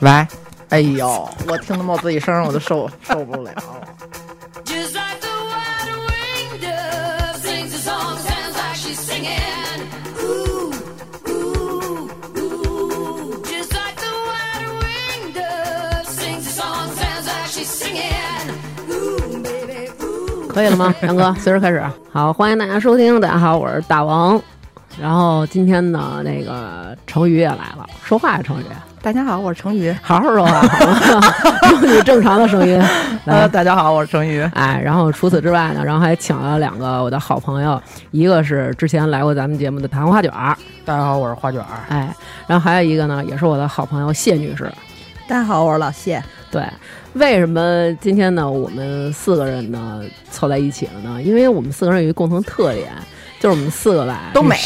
喂，哎呦，我听他帽子一声，我都受受不了了。 Just like the water winged dove sings a song, sounds like she's singing. Ooh, ooh, ooh. Just like the water winged dove sings a song, sounds like she's singing. Ooh, baby, ooh. 可以了吗， 杨哥？随时开始啊，好，欢迎大家收听，大家好，我是大王。然后今天呢，那个成宇也来了，说话呀，成宇，大家好，我是成宇。好好说话好吗？ 用你正常的声音呃，来。大家好，我是成宇。哎，然后除此之外呢，然后还请了两个我的好朋友，一个是之前来过咱们节目的昙花卷儿，大家好，我是花卷儿。哎，然后还有一个呢，也是我的好朋友谢女士，大家好，我是老谢。对，为什么今天呢？我们四个人呢凑在一起了呢？因为我们四个人有一个共同特点，就是我们四个吧都美，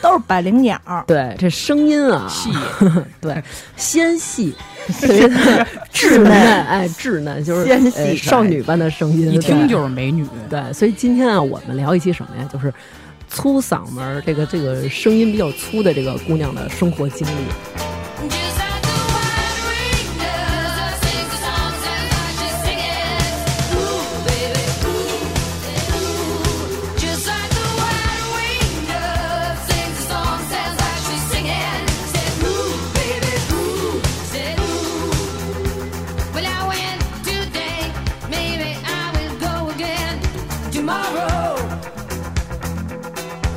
都是百灵鸟，对，这声音啊，细， 对，纤 细，特别的稚嫩，哎，稚嫩就是纤呃细少女般的声音，一听对就是美女。对。所以今天啊，我们聊一期什么呀？就是粗嗓门儿，这个这个声音比较粗的这个姑娘的生活经历。 Just like the water winged dove sings a song, sounds like she's singing. Ooh, baby, ooh, ooh. Just like the water winged dove sings a song, sounds like she's singing. Said ooh, baby, ooh, said ooh. Well, I went today. Maybe I will go again tomorrow.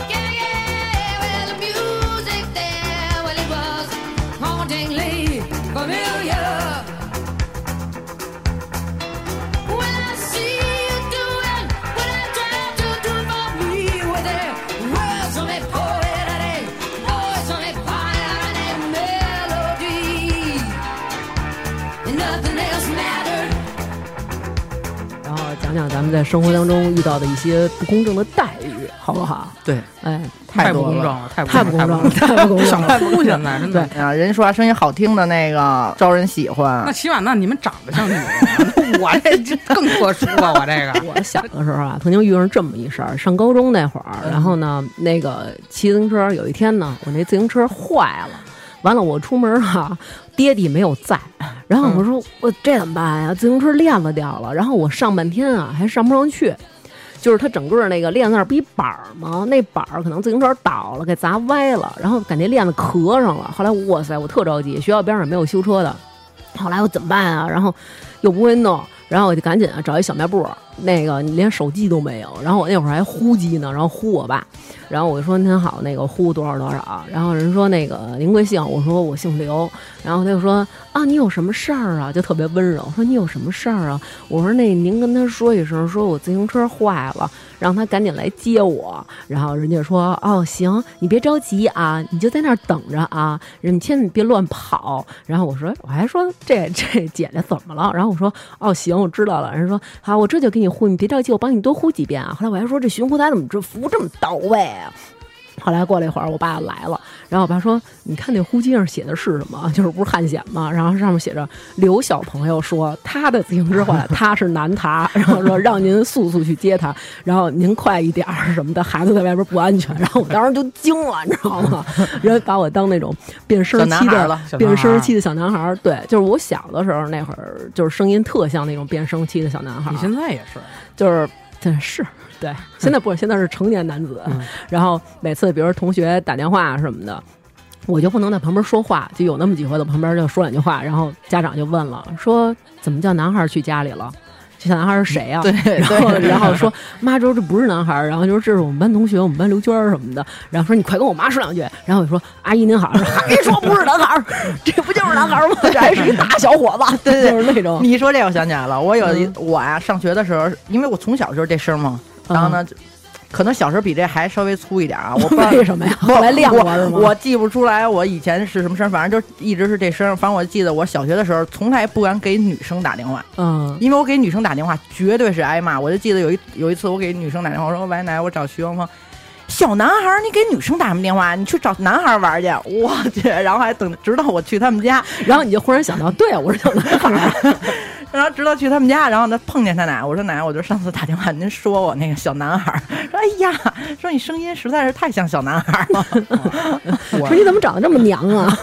Yeah, yeah. Well, the music there, well, it was hauntingly familiar. When I see you doing what I tried to do for me, with their words on it, poet, and a voice on it, fire, and a melody nothing else mattered. 然后讲讲咱们在生活当中遇到的一些不公正的待遇，好不好？对，哎，太不多公正了。了，太太不不公公正正了，太不公正想了。哭现在真的。啊，人说话声音好听的那个招人喜那欢，起码那你们长得像女人，我这这更特殊了，我这 个。我小的时候啊，曾经遇上这么一事儿。上高中那会儿，然后呢，那个骑自行车，有一天呢，我那自行车坏了，完了我出门啊，爹地没有在，然后我说、我这怎么办呀？自行车链子掉了，然后我上半天啊还上不上去。就是它整个那个链子那儿不一板儿吗？那板儿可能自行车倒了，给砸歪了，然后感觉链子磕上了。后来哇塞，我特着急，学校边上也没有修车的，后来我怎么办啊？然后又不会弄，然后我就赶紧啊找一小卖部，那个连手机都没有，然后我那会儿还呼机呢，然后呼我爸，然后我就说您好，那个呼多少多少，然后人说那个您贵姓？我说我姓刘，然后他就说啊你有什么事儿啊？就特别温柔，说你有什么事儿啊？我说那您跟他说一声，说我自行车坏了，让他赶紧来接我。然后人家说哦行，你别着急啊，你就在那儿等着啊，你千万别乱跑。然后我说我还说这 这姐姐怎么了？然后我说哦行，我知道了。人家说好，我这就给你呼，你别着急，我帮你多呼几遍啊。后来我还说这寻呼台怎么这服务这么到位啊？后来过了一会儿，我爸来了，然后我爸说：“你看那呼机上写的是什么？ 就是不是汉显吗？然后上面写着刘小朋友说他的自行车坏了，他是南塔， 然后说让您速速去接他，然后您快一点儿什么的，孩子在外边不安全。” 然后我当时就惊了，你知道吗？人把我当那种变声小男期孩啊的了小男变孩声期的小男孩儿，对，就是我小的时候那会儿，就是声音特像那种变声期的小男孩儿。啊你现在也是，就是对是， 对，现在不是，现在是成年男子。嗯然后每次比如说同学打电话什么的，我就不能在旁边说话，就有那么几回在旁边就说两句话，然后家长就问了，说怎么叫男孩去家里了？这小男孩是谁呀、对然后对然后说妈，这这不是男孩儿，然后就说这是我们班同学，我们班刘娟儿什么的，然后说你快跟我妈说两句，然后我说阿姨您好， 说还说不是男孩儿，这不就是男孩儿吗？这还是一大小伙子，对对就是那种你一说这，我想起来了，我有一嗯我呀，上学的时候，因为我从小就是这声嘛，然后呢，就可能小时候比这还稍微粗一点啊，我不知道 为什么呀？后来练过是吗？我我记不出来我以前是什么声，反正就一直是这声。反正我记得我小学的时候，从来不敢给女生打电话，嗯，因为我给女生打电话绝对是挨骂。我就记得有一有一次我给女生打电话，我说喂奶，我找徐芳芳。小男孩儿，你给女生打什么电话？啊你去找男孩儿玩去！我去，然后还等，直到我去他们家，啊 然后你就忽然想到，对我是小男孩儿，然后直到去他们家，然后他碰见他奶，我说奶，我就上次打电话您说我那个小男孩儿，说哎呀，说你声音实在是太像小男孩儿了， 说你怎么长得这么娘啊？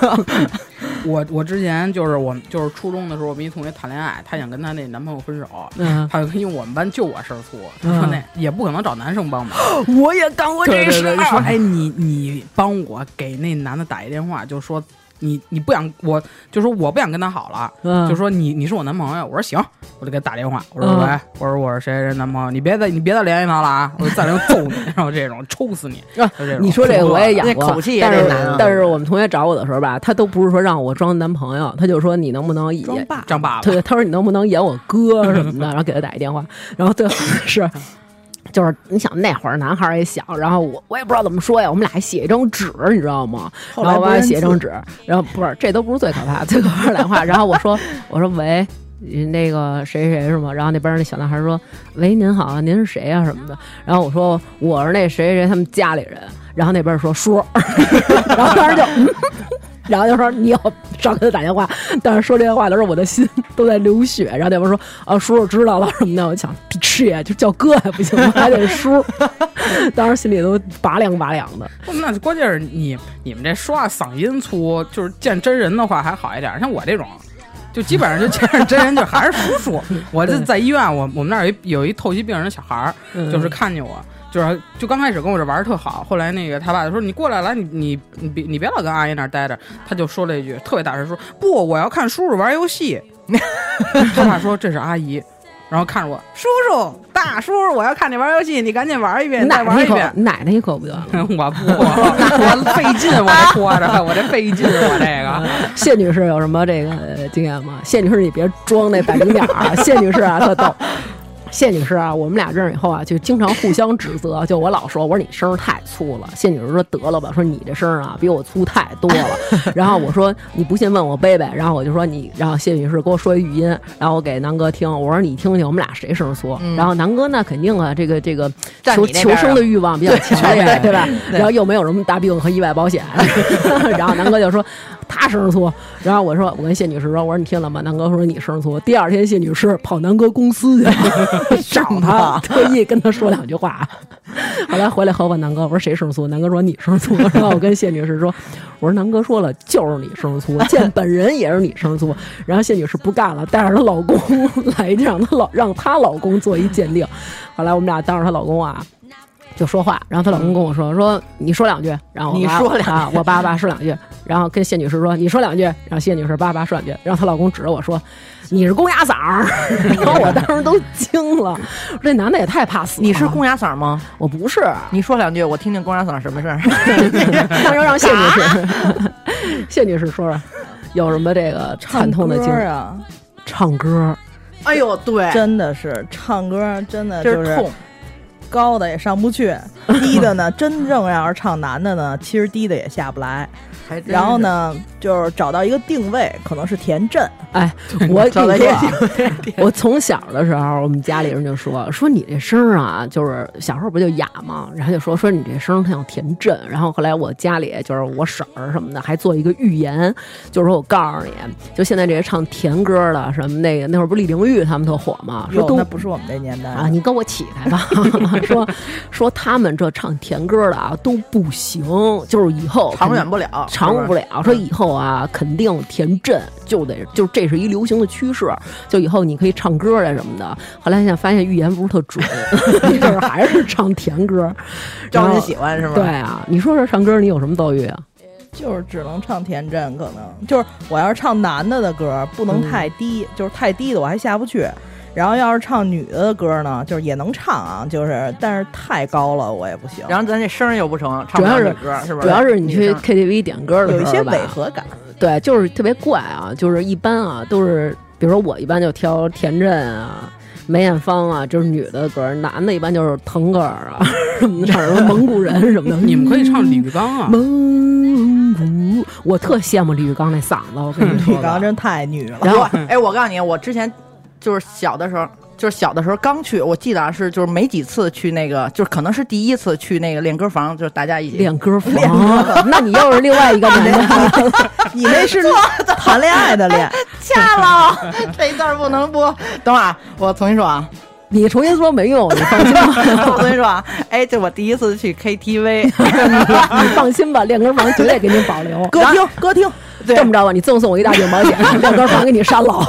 我我之前就是我们就是初中的时候，我们一同学谈恋爱，她想跟她那男朋友分手，嗯，她就因为我们班就我事儿粗，她说那也不可能找男生帮忙，我也干过对这对事对，儿就说哎你你帮我给那男的打一电话，就说你你不想我就说我不想跟他好了， 嗯就说你你是我男朋友，我说行，我就给他打电话，我说嗯喂，我说我是谁谁男朋友，你别再你别再联系他了啊，我再联系揍你，然后这种抽死你，啊就这种你说这个我也那演过，口气也但得是难啊但是我们同学找我的时候吧，他都不是说让我装男朋友，他就说你能不能装演爸张爸爸对，他说你能不能演我哥什么的，然后给他打一电话，然后最后是。就是你想那会儿男孩儿也小，然后我我也不知道怎么说呀，我们俩还写一张纸，你知道吗？后然来后不我还认写一张字纸，然后不是这都不是最可怕，最可怕是打电话。然后我说我说喂，你那个谁谁是吗？然后那边儿那小男孩说喂您好，啊您是谁呀、什么的。然后我说我是那谁谁谁他们家里人。然后那边儿说 叔，然后当时就。嗯然后就说你要少给他打电话，但是说这些话的时候，我的心都在流血。然后那边说啊，叔叔知道了什么的，我想 shit 就叫哥还不行吗？还得叔， 当时心里都拔凉拔凉的。 那关键是你你们这说话嗓音粗，就是见真人的话还好一点，像我这种。就基本上就见着真人就还是叔叔，我就在医院，我我们那儿有一有一透析病人的小孩儿，嗯就是看见我，就是就刚开始跟我这玩儿特好，后来那个他爸就说你过来来，你你你别你别老跟阿姨那儿待着，他就说了一句特别大声说不，我要看叔叔玩游戏。 他爸说这是阿姨，然后看着我 叔叔大叔，我要看你玩游戏，你赶紧玩一遍，你再奶奶玩一一口遍，。奶奶一口不就完了？我不， 我我费劲，我这拖着，我这费劲，我这个谢女士有什么这个呃经验吗？谢女士，你别装那百灵点儿啊！谢女士啊，特逗。谢女士啊，我们俩认识以后啊，就经常互相指责。就我老说，我说你声儿太粗了。谢女士说得了吧，说你这声儿啊比我粗太 多了。然后我说你不信问我贝贝。然后我就说你，然后谢女士给我说一语音，然后我给南哥听，我说你听听我们俩谁声儿粗。然后南哥那肯定啊，这个这个站嗯求你那边求儿生啊的欲望比较强烈，对对吧？然后又没有什么大病和意外保险，然后南哥就说他声儿粗，然后我说我跟谢女士说，我说你听了吗？南哥说你声儿粗。第二天谢女士跑南哥公司去了找他，特意跟他说两句话。后来回来后问南哥，我说谁声儿粗？南哥说你声儿粗。然后我跟谢女士说，我说南哥说了就是你声儿粗，见本人也是你声儿粗。然后谢女士不干了，带着她老公 来让她老让她老公做一鉴定。后来我们俩当着她老公啊。就说话，然后她老公跟我说：“说嗯你说两句。”然后我你爸说两句啊，我爸爸说两句， 然后跟谢女士说：“你说两句。”然后谢女士叭叭说两句，然后她老公指着我说：“你是公鸭嗓儿。”然后我当时都惊了， 我说这男的也太怕死了。你是公鸭嗓吗？ 我不是，你说两句，我听听公鸭嗓什么事儿。 那就让谢女士， 谢女士说说有什么这个惨痛的经歌历？啊，唱歌， 哎呦，对真的是唱歌真的就这是是痛，高的也上不去，低的呢，真正要是唱男的呢，其实低的也下不来。还真然后是？呢，就是找到一个定位，可能是田震，哎， 我找跟到你一个说啊， 我从小的时候，我们家里人就说 说你这声儿啊，就是小时候不就哑吗？然后就说说你这声儿特像田震。然后后来我家里就是我婶儿什么的，还做一个预言，就是说我告诉你，就现在这些唱甜歌的什么那个，那会儿不是李玲玉他们特火嘛，说哟，都那不是我们这年 代啊，你跟我起来吧， 说说他们这唱甜歌的啊都不行，就是以 后长远不了，长是不吧了。说以后啊，肯定田震就得就这是一流行的趋势，就以后你可以唱歌啊呀什么的。后来现在发现预言不是特准， 就是还是唱甜歌，招然人后喜欢是吗？对，啊，你说说唱歌你有什么遭遇啊？就是只能唱田震，可能就是我要是唱男的的歌，不能太低，就是太低的我还下不去。然后要是唱女的的歌呢，就是也能唱啊，就是但是太高了我也不行，然后咱这声儿又不成，唱主不要了是女歌是不是？主要是你 去女生 KTV 点歌的时有候一些吧违和感。对，就是特别怪啊，就是一般啊都是，比如说我一般就挑田震啊。梅艳芳啊，就是女的歌儿，男的一般就是腾格尔啊 什么的，唱什么蒙古人什么的。你们可以唱李玉刚嗯啊，蒙古，我特羡慕李玉刚那嗓子，我跟你女说吧。刚真太女了，然后我哎，我告诉你，我之前就是小的时候，就是小的时候刚去，我记得啊是就是没几次去那个，就是可能是第一次去那个练歌房，就是大家一起练歌房，那你又是另外一个男 的，你那是谈恋爱的恋， 掐了，这一段不能播。等会儿啊我重新说啊，你重新说没用， 你放心吧，我重新说啊，哎，这我第一次去 KTV，你放心吧，练歌房绝对给你保留。歌厅歌厅，对这么着吧，你赠送我一大顶保险，练歌房给你删了。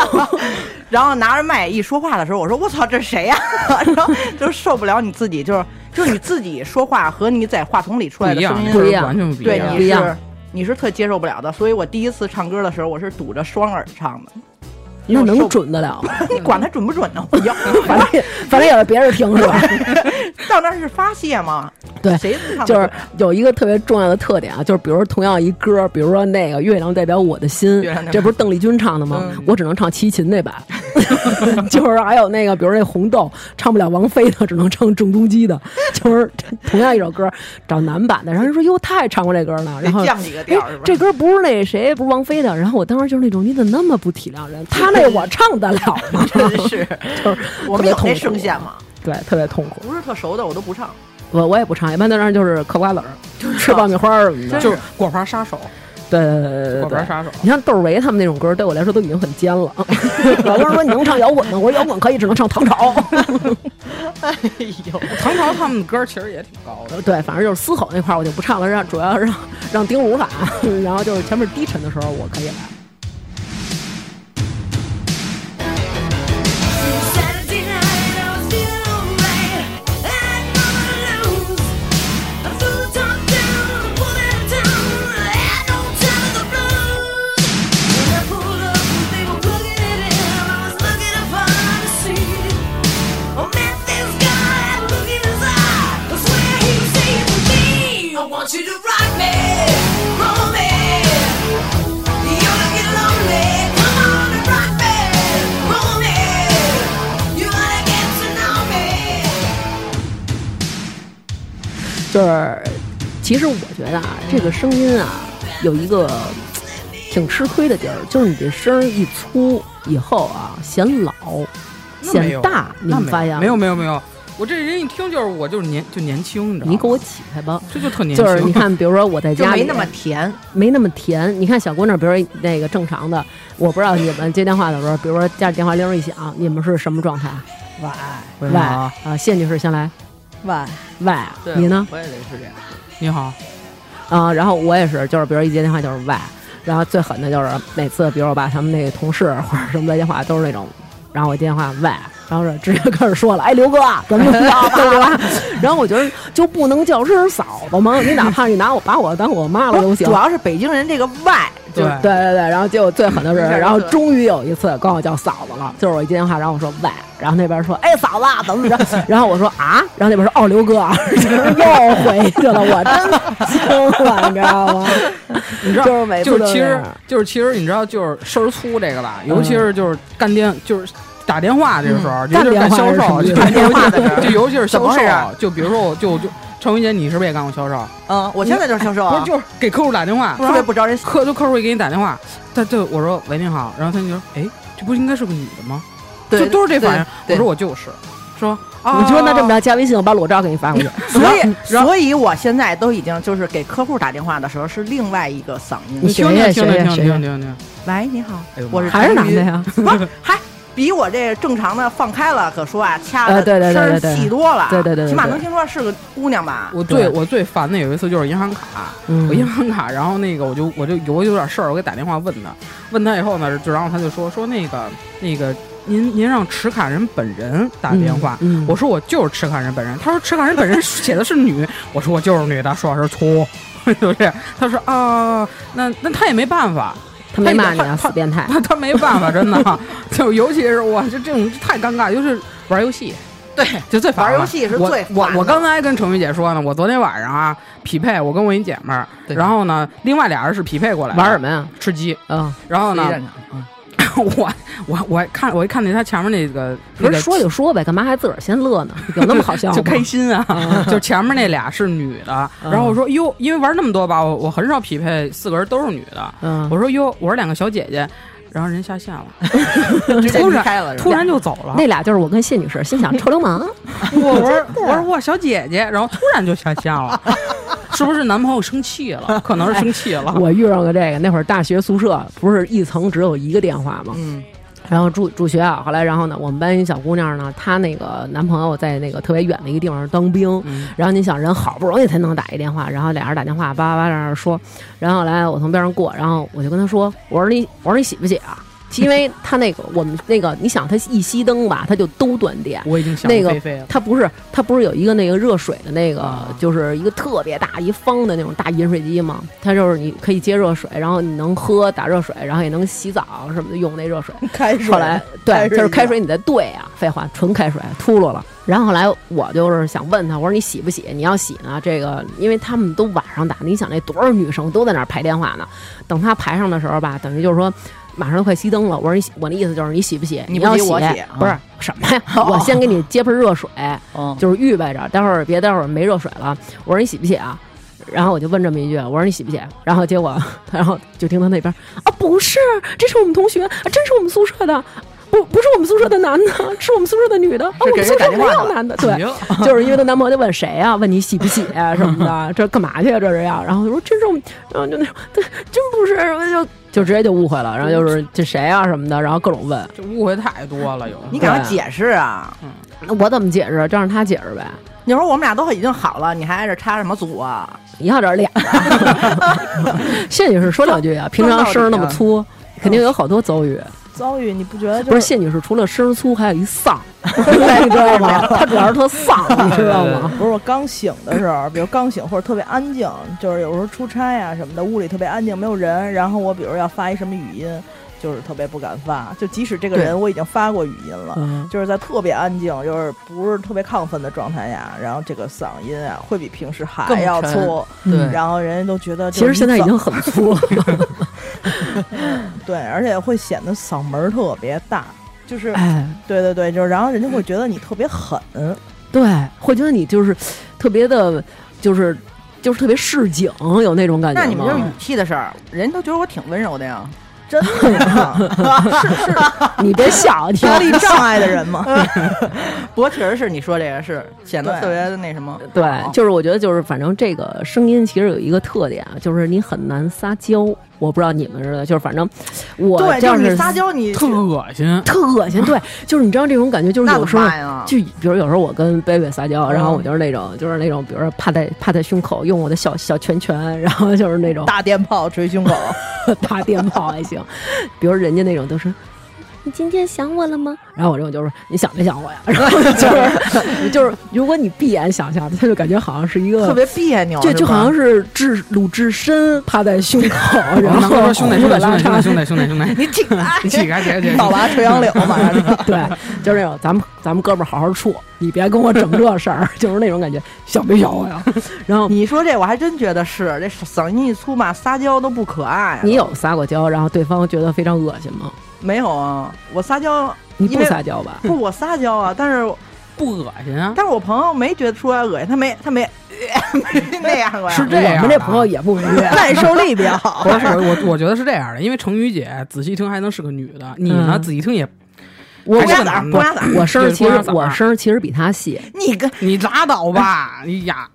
然后拿着麦一说话的时候，我说我操，这谁呀、 然后就受不了你自己，就是就是你自己说话和你在话筒里出不来一的声样，音不一样完全不一对样。不一你样是你是特接受不了的，所以我第一次唱歌的时候，我是堵着双耳唱的。 那因为我受能准得了？你管它准不准呢？我要，反正也反正也是别人听是吧？到那儿是发泄嘛？ 对谁唱得就是准有一个特别重要的特点啊，就是比如说同样一歌，比如说那个《月亮代表我的心月亮代》，表嗯这不是邓丽君唱的吗？我只能唱齐秦那版， 就是还有那个，比如那红豆唱不了王菲的，只能唱郑中基的， 就是同样一首歌找男版的，然后人说哟，他也唱过这歌呢，然后得降几个调儿哎是吧？这歌不是那谁，不是王菲的。然后我当时就是那种，你怎么那么不体谅人？他那我唱得了吗？ 真是，就是我特们别有痛那苦声线吗？对，特别痛苦。不是特熟的我都不唱。我我也不唱，一般在那儿就是嗑 瓜子儿、吃爆米花儿什么的。就是果盘杀手，对对对对对果对盘。杀手，你像窦唯他们那种歌，对我来说都已经很尖了。 老哥说你能唱摇滚吗？我说摇滚可以，只能唱唐朝。 哎呦，唐朝他们的歌其实也挺高的。对，反正就是嘶吼那块儿我就不唱了，让主要让让丁武喊， 然后就是前面低沉的时候我可以来。 Saturday night, I was feeling right. I'm gonna lose. I'm through the top down, I'm pulling down. I had no time for the blues. When I pulled up, they were plugging it in. I was looking upon the scene. I met this guy, look in his eye. That's where he was saying to me, I want you to rock me, roll me. You're gonna get lonely. Come on and rock me, roll me. You gotta get to know me. 就是，其实我觉得啊，这个声音啊，有一个挺吃亏的地儿，就是你这声儿一粗以后啊，显老、那没显有大，你那们没发现有吗没有？没有没有，我这人一听就是我就是年就年轻，你知道吗？你给我起开吧。这就特年轻，就是你看，比如说我在就家里没那么甜，没那么甜。你看小姑娘，比如说那个正常的，我不知道你们接电话的时候，比如说家里电话铃儿一响，你们是什么状态？喂喂喂啊，谢女士先来，喂，喂，你呢？我也得是这样。你好，啊，然后我也是，就是比如一接电话就是喂，然后最狠的就是每次，比如我爸他们那个同事或者什么的电话都是那种，然后我接电话喂，然后是直接开始说了，哎，刘哥，咱们怎么着 对吧？然后我觉得就不能叫声嫂子吗？你哪怕你拿我把我当我妈了都 行主。要是北京人这个外，就对对对对，然后结果最狠的是，一下 就然后对终于有一次管我叫嫂子了，就是我一接电话，然后我说喂， 然后那边说哎嫂子怎么怎么着， 然后我说啊，然后那边说哦刘哥， 又回去了，我真的惊了，你知道 吗？你知道就是每次就都是其这实样就是其实你知道就是声儿粗这个吧，尤其是就是干电就是。打电话这个时候，尤其是干销售，就干电话是什么意思打电话的时候就尤其是销怎么回事售啊，就比如说我就就程云姐，你是不是也干过销售？嗯，我现在就是销售不啊是，，就是给客户打电话，特别不招人喜欢。客就客户会给你打电话，他就我说喂你好，然后他就说哎，这不应该是个女的吗？对就都是这反应。对我说我就是，说啊，你就说那这么着，加微信，我把裸照给你 发过去。哎 所以，所以我现在都已经就是给客户打电话的时候是另外一个嗓音。你听谁呀听听谁呀听听谁呀听听听，喂，你好哎呦，妈我是还是陈男的宇，呀？不是还比我这正常的放开了，可说啊，掐呃的对对对声儿对对细多了，啊对对对对起码对能听出来是个姑娘吧？我最对我最烦的有一次就是银行卡，嗯我银行卡，然后那个我就我就有有点事儿，我给打电话问他，问他以后呢，就然后他就说说那个那个您您让持卡人本人打电话。嗯我说我就是持卡人本人，他说持卡人本人写的是 女，我说我就是女的，说我是粗， 就这样。他说啊、那那他也没办法，他没骂你他啊，死变态。他他没办法，真的，就尤其是我，就这种太尴尬，就是玩游戏。对，就最烦了玩游戏是最烦的我我我刚才还跟程玉姐说呢，我昨天晚上啊匹配，我跟我一姐们儿，对然后呢，另外俩人是匹配过来的玩什？么呀？吃鸡。啊，然后实际呢，上 我我我看我一看见他前面那个，不那是个说就说呗，干嘛还自个儿先乐呢？有那么好 笑吗就开心 啊！就前面那俩是女的，嗯然后我说哟，因为玩那么多把，我我很少匹配四个人都是女的，嗯我说哟，我说两个小姐姐，然后人下线了，直接突离然开了，是吧突然就走了。那俩就是我跟谢女士， 心想臭流氓，啊我我说我说哇，小姐姐，然后突然就下线了，是不是男朋友生气了？可能是生气了。哎我遇上过这个，那会儿大学宿舍不是一层只有一个电话吗？嗯然后住住学校，后来然后呢，我们班一小姑娘呢，她那个男朋友在那个特别远的一个地方当兵，嗯然后你想人好不容易才能打一电话，然后俩人打电话叭叭叭在那儿说，然后后来我从边上过，然后我就跟她说，我说你我说你洗不洗啊？因为她那个我们那个你想她一熄灯吧，她就都断电，我已经想那个飞飞了。它不是它不是有一个那个热水的那个，啊就是一个特别大一方的那种大饮水机嘛，它就是你可以接热水，然后你能喝打热水，然后也能洗澡什么的用那热水。开水后来对，开水就是开水你再兑啊，废话，纯开水秃噜了。然后后来我就是想问他，我说你洗不洗？你要洗呢，这个因为他们都晚上打，你想那多少女生都在那儿排电话呢？等他排上的时候吧，等于就是说。马上就快熄灯了，我说你洗我那意思就是你洗不洗？你不要洗洗，我洗不是啊什么呀？我先给你接盆热水，嗯，就是预备着，待会儿别待会儿没热水了。我说你洗不洗啊？然后我就问这么一句，我说你洗不洗？然后结果， 然后就听他那边啊，不是，这是我们同学，啊真是我们宿舍的，不不是我们宿舍的男的， 是我们宿舍的女的，啊，是我给人们宿打舍电没话有呢男的，对哎，呦就是因为她男朋友就问谁啊，问你洗不洗啊什么的， 这干嘛去啊？这是要，然后我说真是我们，然后就那种，对，真不是，然后就就直接就误会了，然后就是这谁啊什么的，然后各种问，这误会太多了，有你赶快对解释啊！那我怎么解释？就让他解释呗，你说我们俩都已经好了，你还挨着插什么足啊？你要点脸吧。 谢女士说两句啊，嗯平常声儿那么粗，肯定有好多遭遇。遭遇，你不觉得不就是谢女士，除了声儿粗，还有一 丧，你知道吗？她主要是特丧， 你知道吗？不是我刚醒的时候，比如刚醒或者特别安静，就是有时候出差啊什么的，屋里特别安静没有人，然后我比如要发一什么语音，就是特别不敢发，就即使这个对人我已经发过语音了。嗯，就是在特别安静，就是不是特别亢奋的状态下，然后这个嗓音啊会比平时还更要沉粗，对然后人家都觉得其就是实现在已你经很粗了。嗓对，而且会显得嗓门儿特别大，就是哎，对对对，就是然后人家会觉得你特别狠，对，会觉得你就是特别的，就是就是特别市井，有那种感觉那你们就是吗语？气的事儿，人都觉得我挺温柔的呀。真 的呀是是你别笑，听听力障碍的人吗？嗯不过确实是你说这个是显得对特别的那什么。 哦对，就是我觉得就是，反正这个声音其实有一个特点啊，就是你很难撒娇。我不知道你们似的，就是反正我对，要就是是你撒娇，你特恶心。特恶 心。对，就是你知道这种感觉，就是那有时怎候么。办呀？嗯就比如有时候我跟贝贝撒娇，然后我就是那种，就是那种，比如说趴在趴在胸口，用我的小小拳拳，然后就是那种大电炮捶胸口， 打电炮还行。比如人家那种都是。你今天想我了吗？然后我这种就是你想没想我呀？ 然后就是就是，如果你闭眼想象，他就感觉好像是一个特别别扭，就是嗯就吧哦好像是置鲁智深趴在胸口，然然 后后说兄弟兄弟兄弟兄弟弟，兄弟兄弟兄弟，你挺爱你起开起开起倒开！拔垂杨柳 嘛，对，就是那种咱们咱们哥们儿好好处，你别跟我整这事儿， 就是那种感觉，想没想我呀？然后你说这我还真觉得是，这嗓音一粗吧，撒娇都不可爱了。你有撒过娇，然后对方觉得非常恶心吗？没有啊？我撒娇你因不为撒娇吧？不，我撒娇啊，但是不恶心啊？但是我朋友没觉得出来恶心，他没他没 没那样过呀。是这样我的们这朋友也不明 白。耐受力比较好。不是我我我觉得是这样的，因为成语姐仔细听还能是个女的，你呢嗯仔细听也我还是瓜个子儿男，的瓜子儿，我声儿对其光实着嗓我儿声儿其实比他细，你跟你拉倒 吧！哎呀，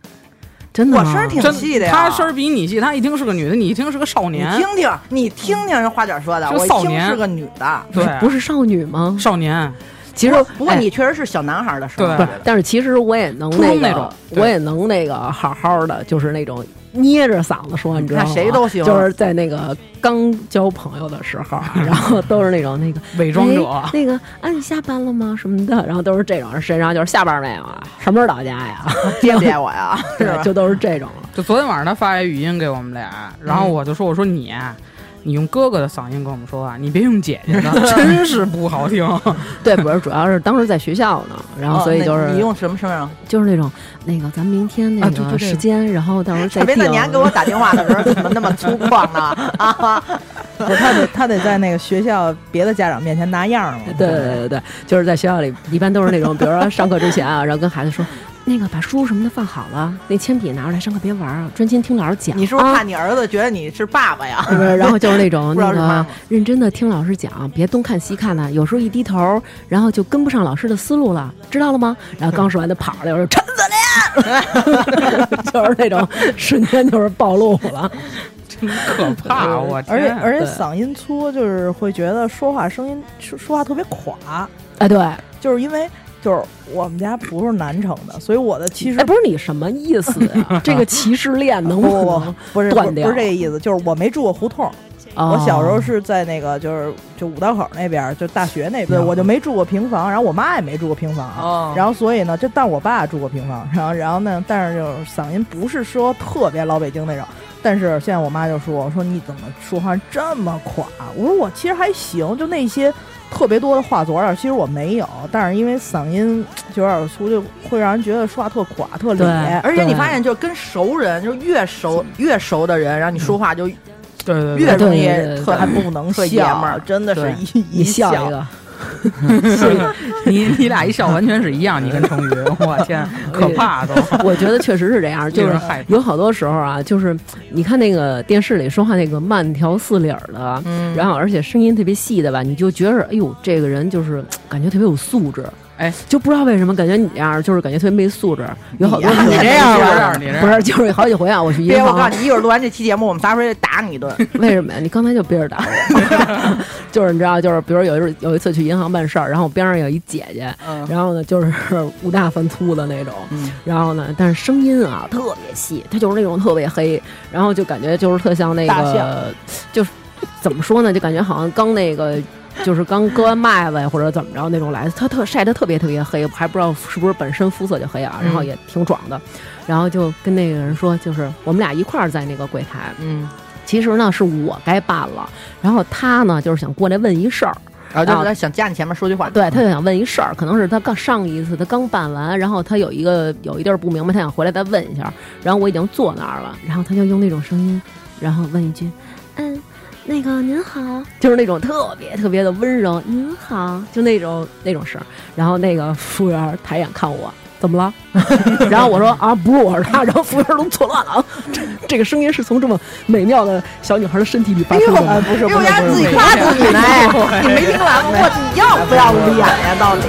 真的我吗。声儿挺真细的呀。她声儿比你细，她一听是个女的，你一听是个少你啊年，听听，你听听人花姐说的，是我一少听年是个女的。对，不是少女吗？少年，其实不过哎你确实是小男孩的声对儿，不我是觉得，但是其实我也能初中那那个种，对我也能那个好好的，就是那种捏着嗓子说，你知道吗？那谁都行就是在那个刚交朋友的时候啊，然后都是那种那个伪装者，哎那个啊，你下班了吗？什么的，然后 都是这种，谁然后就是下班没有啊？什么时候到家呀？接不接我呀？ 是吧对，？就都是这种了。就昨天晚上他发一语音给我们俩，然后我就说：“我说你，啊你用哥哥的嗓音跟我们说话，你别用姐姐 的，真是不好听。对，不是，主要是当时在学校呢， 然后哦所以那就是、你用什么声儿啊？就是那种那个咱们明天那啊对对个对时间，然后到时候再别那定你还给我打电话的时候怎么那么粗犷呢？啊，不是他得 他得在那个学校别的家长面前拿样儿嘛。 对对对对，就是在学校里，一般都是那种，比如说上课之前啊，然后跟孩子说，那个把书什么的放好了，那铅笔拿出来，上课别玩儿，啊专心听老师讲。你是不是啊怕你儿子觉得你是爸爸 呀？不是，然后就是那种不知道那是妈个妈认真的听老师讲，别东看西看的，有时候一低头，然后就跟不上老师的思路了，知道了吗？然后刚说完就跑了，有时候陈子林， 就是那种瞬间就是暴露了。真可 怕！我而且天而且嗯对嗓音粗，就是会觉得说话声音说说话特别垮，哎，对，就是因为就是我们家不是南城的，所以我的其实哎，不是你什么意思 啊？这个歧视链能不不能不不？不是不是哎断不掉是这个意思，就是我没住过胡同，我小哦时候是在那个就是就五道口那边儿，就大学那边儿，嗯我就没住过平房，然后我妈也没住过平房，哦然后所以呢，就但我爸住过平房，然后然后呢，但是就是嗓音不是说特别老北京那种，但是现在我妈就说，我说你怎么说话这么垮？我说我其实还行，就那些特别多的话左耳，其实我没有，但是因为嗓音就有点粗，就会让人觉得说话特垮特咧对。而且你哎对发现，就是跟熟人，就是越熟越熟的人，然后你说话就对对对越容易嗯对对对对特还不能特笑，爷们儿真的是对一你笑笑一个，你你俩一笑完全是一样，你跟成宇，我 天，可怕都。 我觉得确实是这样，就令是人害怕有好多时候啊，就是你看那个电视里说话那个慢条斯理儿的，嗯然后而且声音特别细的吧，你就觉着哎呦，这个人就是嘖感觉特别有素质，哎，就不知道为什么感觉你这样就是感觉特别没素质，有好多你呀时候你这样吧你这样不是就是啊好几回啊，我去银别，我告行诉，你，一会儿录完这期节目，我们仨出去打你一 顿。为什么呀？你刚才就憋着打我， 就是你知道，就是比如有一有一次去银行办事儿，然后我边上有一姐姐，嗯然后呢就是五大三粗的那种，嗯然后呢，但是声音啊特别细，她就是那种特别黑，然后就感觉就是特像那大个，就是怎么说呢，就感觉好像刚那个。就是刚割完麦子呀，或者怎么着那种来的，她特晒得特别特别黑，还不知道是不是本身肤色就黑啊，然后嗯也挺壮的，然后就跟那个人说，就是我们俩一块儿在那个柜台，嗯，其实呢是我该办了，然后他呢就是想过来问一事儿，然后然就后是他想加你前面说句话。啊对，他就想问一事儿，可能是他刚上一次他刚办完，然后他有一个有一地儿不明白，他想回来再问一下，然后我已经坐那儿了，然后他就用那种声音，然后问一句，嗯。那个您好，就是那种特别特别的温柔，您好，就那种那种声儿。然后那个服务员抬眼看我，怎么了？ 然后我说啊，不是我是他。然后服务员都错乱了啊， 这这个声音是从这么美妙的小女孩的身体里 发出的吗。哎，不是，给不我是家不是自己不是夸自己呢，哎你 没听完吗？我你要 不要脸呀？到底？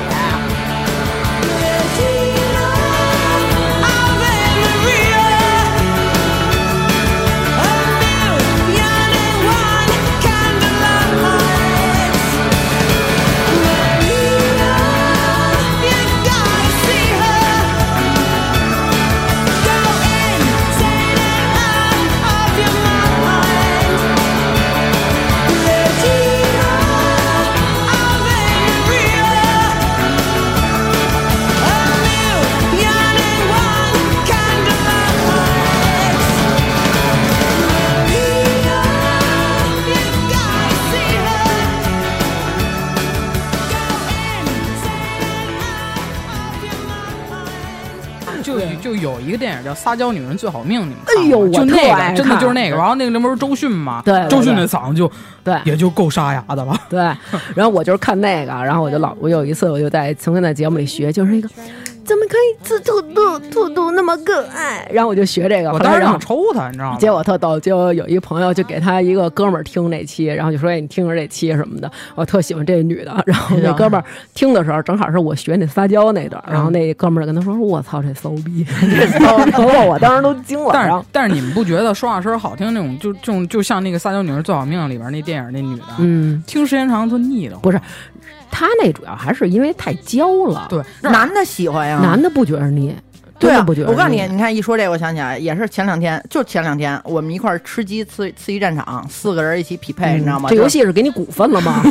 Yeah. Mind. 就就有一个电影叫《撒娇女人最好命》，你们哎看呦过吗就我特那爱个真的看就是那个，然后那个那不是周迅嘛？对对周迅对那嗓子就对，也就够沙哑的了。 对，然后我就是看那个，然后我就老，我有一次我就在曾经在节目里学，就是那个怎么可以吃兔兔兔兔那么可爱，然后我就学这个，我后来当时然后想抽他，你知道吗？结果特逗，就有一朋友就给他一个哥们儿听这期，然后就说：“哎，你听着这期什么的，我特喜欢这女的。”然后那哥们儿听的时候，正好是我学那撒娇那段儿，嗯然后那哥们儿跟他说：“我操，这骚 逼！”然后我当时都惊了。但然是后，但是你们不觉得说话声儿好听那种，就就就像那个《撒娇女人最好命》里边那电影那女的，嗯，听时间长了都腻的。不是他那主要还是因为太娇了，对，男的喜欢呀，男的不觉得腻，啊对真啊的，不觉得嗯我告诉腻你，你看一说这个，我想起来，也是前两天，就前两天我们一块儿吃鸡刺刺激战场，四个人一起匹配，你知道吗？嗯这就游戏是给你股份 了吗？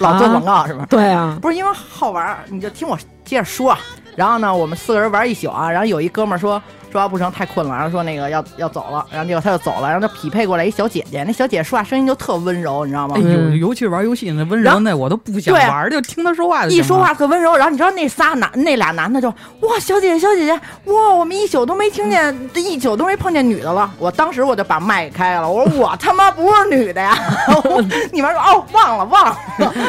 老做广告是吧？对啊，不是因为好玩儿，你就听我接着说啊。然后呢，我们四个人玩一宿啊，然后有一哥们儿说说说啊不成太困了，然后说那个要要走了，然后结果他就走了，然后就匹配过来一小姐姐，那小姐姐说话声音就特温柔，你知道吗哎？呦，尤其是玩游戏那温然柔后那，我都不想对玩儿，就听他说话就行一了说话特温柔，然后你知道那仨男那俩男的就哇小姐姐小姐姐哇我们一宿都没听见，一宿都没碰见女的了。我当时我就把麦开了，我说我他妈不是女的呀！你们说哦忘了忘了，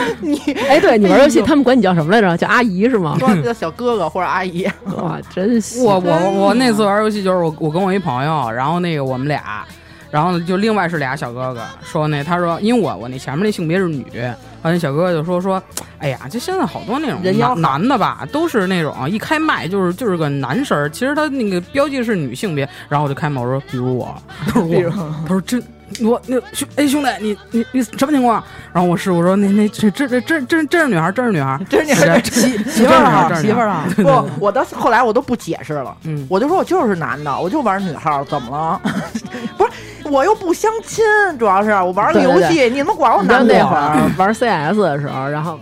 你哎，对你玩游戏，哎呦他们管你叫什么来着？叫阿姨是吗？说叫小哥哥或者阿姨，哇，真行！我我我那次玩游戏就是我我跟我一朋友，然后那个我们俩，然后就另外是俩小哥哥说那他说因为我我那前面那性别是女，然后那小哥哥就说说，哎呀，这现在好多那种人妖男男的吧，都是那种一开麦就是就是个男声儿，其实他那个标记是女性别，然后我就开麦我说比如我，他说我，他说真。我那兄哎兄弟，你你你什么情况？啊然后我师傅说那那这这这这这真是女孩，真是女孩，真是啊是媳媳妇儿好，媳妇儿啊好，不，我到后来我都不解释了，嗯我就说我就是男的，我就玩女号，怎么了？ 不是，我又不相亲，主要是我玩个对对游戏，对你们管我你知道男的那吗会儿啊玩 CS 的时候，然后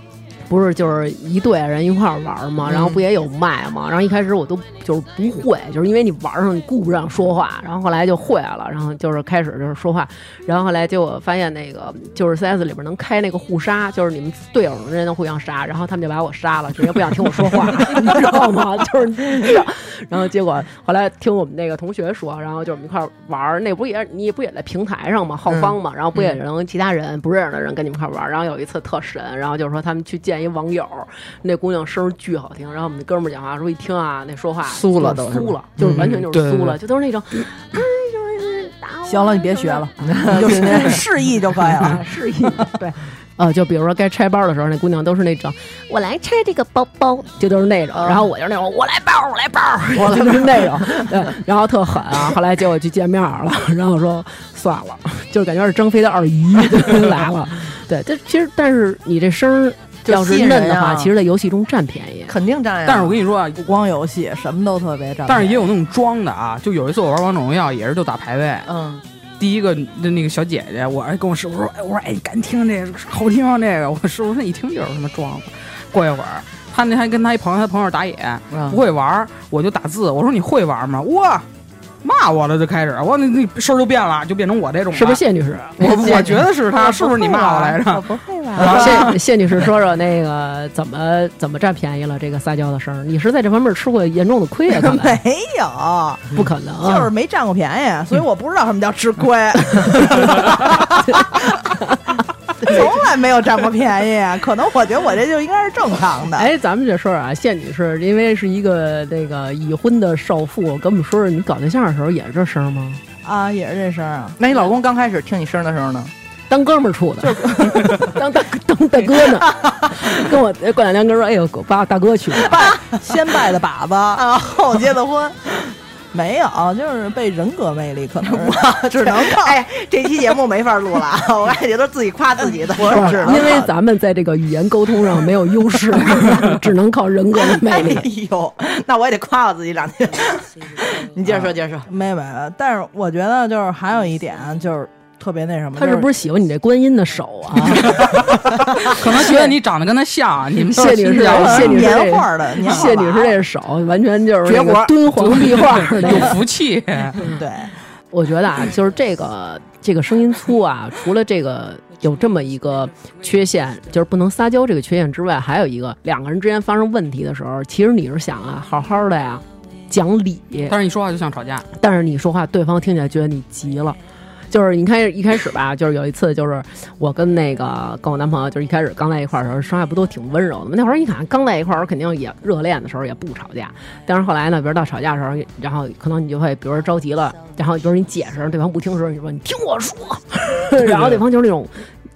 不是就是一队人一块儿玩嗯嘛，然后不也有麦嘛，然后一开始我都就是不会，就是因为你玩上你顾不上说话，然后后来就会了，然后就是开始就是说话，然后后来结果发现那个就是 CS 里边能开那个互杀，就是你们队友之间互相杀，然后他们就把我杀了，直接不想听我 说话，你知道吗？就是这样，然后结果后来听我们那个同学说，然后就是我们一块儿玩儿，那不也你不也在平台上嘛，浩方嗯嘛，然后不也能其他人不认识的人跟你们一块儿玩儿，然后有一次特神，然后就是说他们去见一网友，那姑娘声儿巨好听，然后我们那哥们儿讲话说一听啊，那说话酥了就是都是酥了，就是完全就是嗯对酥对了，对就都是那种，哎就是打我行了，你别学了。就是示意就可以了。啊，是 一对。呃，就比如说该拆包的时候，那姑娘都是那种“我来拆这个包包”，就都是那种，然后我就是那种“我来包，我来包”，我来就是那种，对，然后特狠啊。后来结果去见面了，然后说算了，就是感觉是张飞的二姨就来了。对，这其实但是你这声儿就要是吸引嫩人的话，啊其实在游戏中占便宜。肯定占呀。但是我跟你说啊，不光游戏，什么都特别占便宜。但是也有那种装的啊，就有一次我玩王者荣耀也是就打排位，嗯，第一个那那个小姐姐，我还跟我师傅说，哎，我说哎，你赶紧听这个好听啊，这个，我师傅说一听就是他妈装的。过一会儿，他那还跟他一朋友，他朋友打野不会玩儿，我就打字，我说你会玩吗？哇，骂我了就开始，我那那声儿就变了，就变成我这种了，是不是谢女士？我我觉得是他，是不是你啊骂我来 着？哦不会吧？然后谢谢女士说说那个怎么怎么占便宜了这个撒娇的声儿？你是在这方面吃过严重的亏啊？看来呃没有，不可能啊，就是没占过便 宜，所以我不知道什么叫吃亏， 从来没有占过便宜。可能我觉得我这就应该是正常的。哎，咱们这说说啊，谢女士，因为是一个那个已婚的少妇，跟我们说说你搞对象的时候也是这声儿吗？啊，也是这声儿啊。那你老公刚开始听你声的时候呢？当哥们儿处的，当大当大哥呢，跟我过两天跟我说，哎呦，把我大哥娶了，先拜的把子 啊，后结的 婚。没有，就是被人格魅力可能 我只能靠哎，这期节目没法录了， 我感觉都是自己夸自己的。我不是啊因为咱们在这个语言沟通上没有优势， 只能靠人格的魅哎 力。呦，那我也得夸我自己两句。你接着说，接着说。没没没，但是我觉得就是还有一点就是特别那什么，他是就不是喜欢你这观音的手 啊？可能觉得你长得跟他像，啊你们都谢是女亲士家我了是谢女士年画儿的年画谢儿女士娃这手完全就是啊绝那个活敦煌壁画的有福气，对，我觉得啊，就是这个这个声音粗啊，除了这个有这么一个缺陷，就是不能撒娇这个缺陷之外，还有一个两个人之间发生问题的时候，其实你是想啊，好好的呀，讲理，但是你说话就像 吵架，但是你说话，对方听起来觉得你急了。就是你开一开始吧，就是有一次，就是我跟那个跟我男朋友，就是一开始刚在一块儿的时候，说话不都挺温柔的吗？那会儿你看刚在一块儿，肯定也热恋的时候也不吵架，但是后来呢，比如到吵架的时候，然后可能你就会，比如说着急了，然后比如说你解释，对方不听的时候，你说你听我说，然后对方就是那种。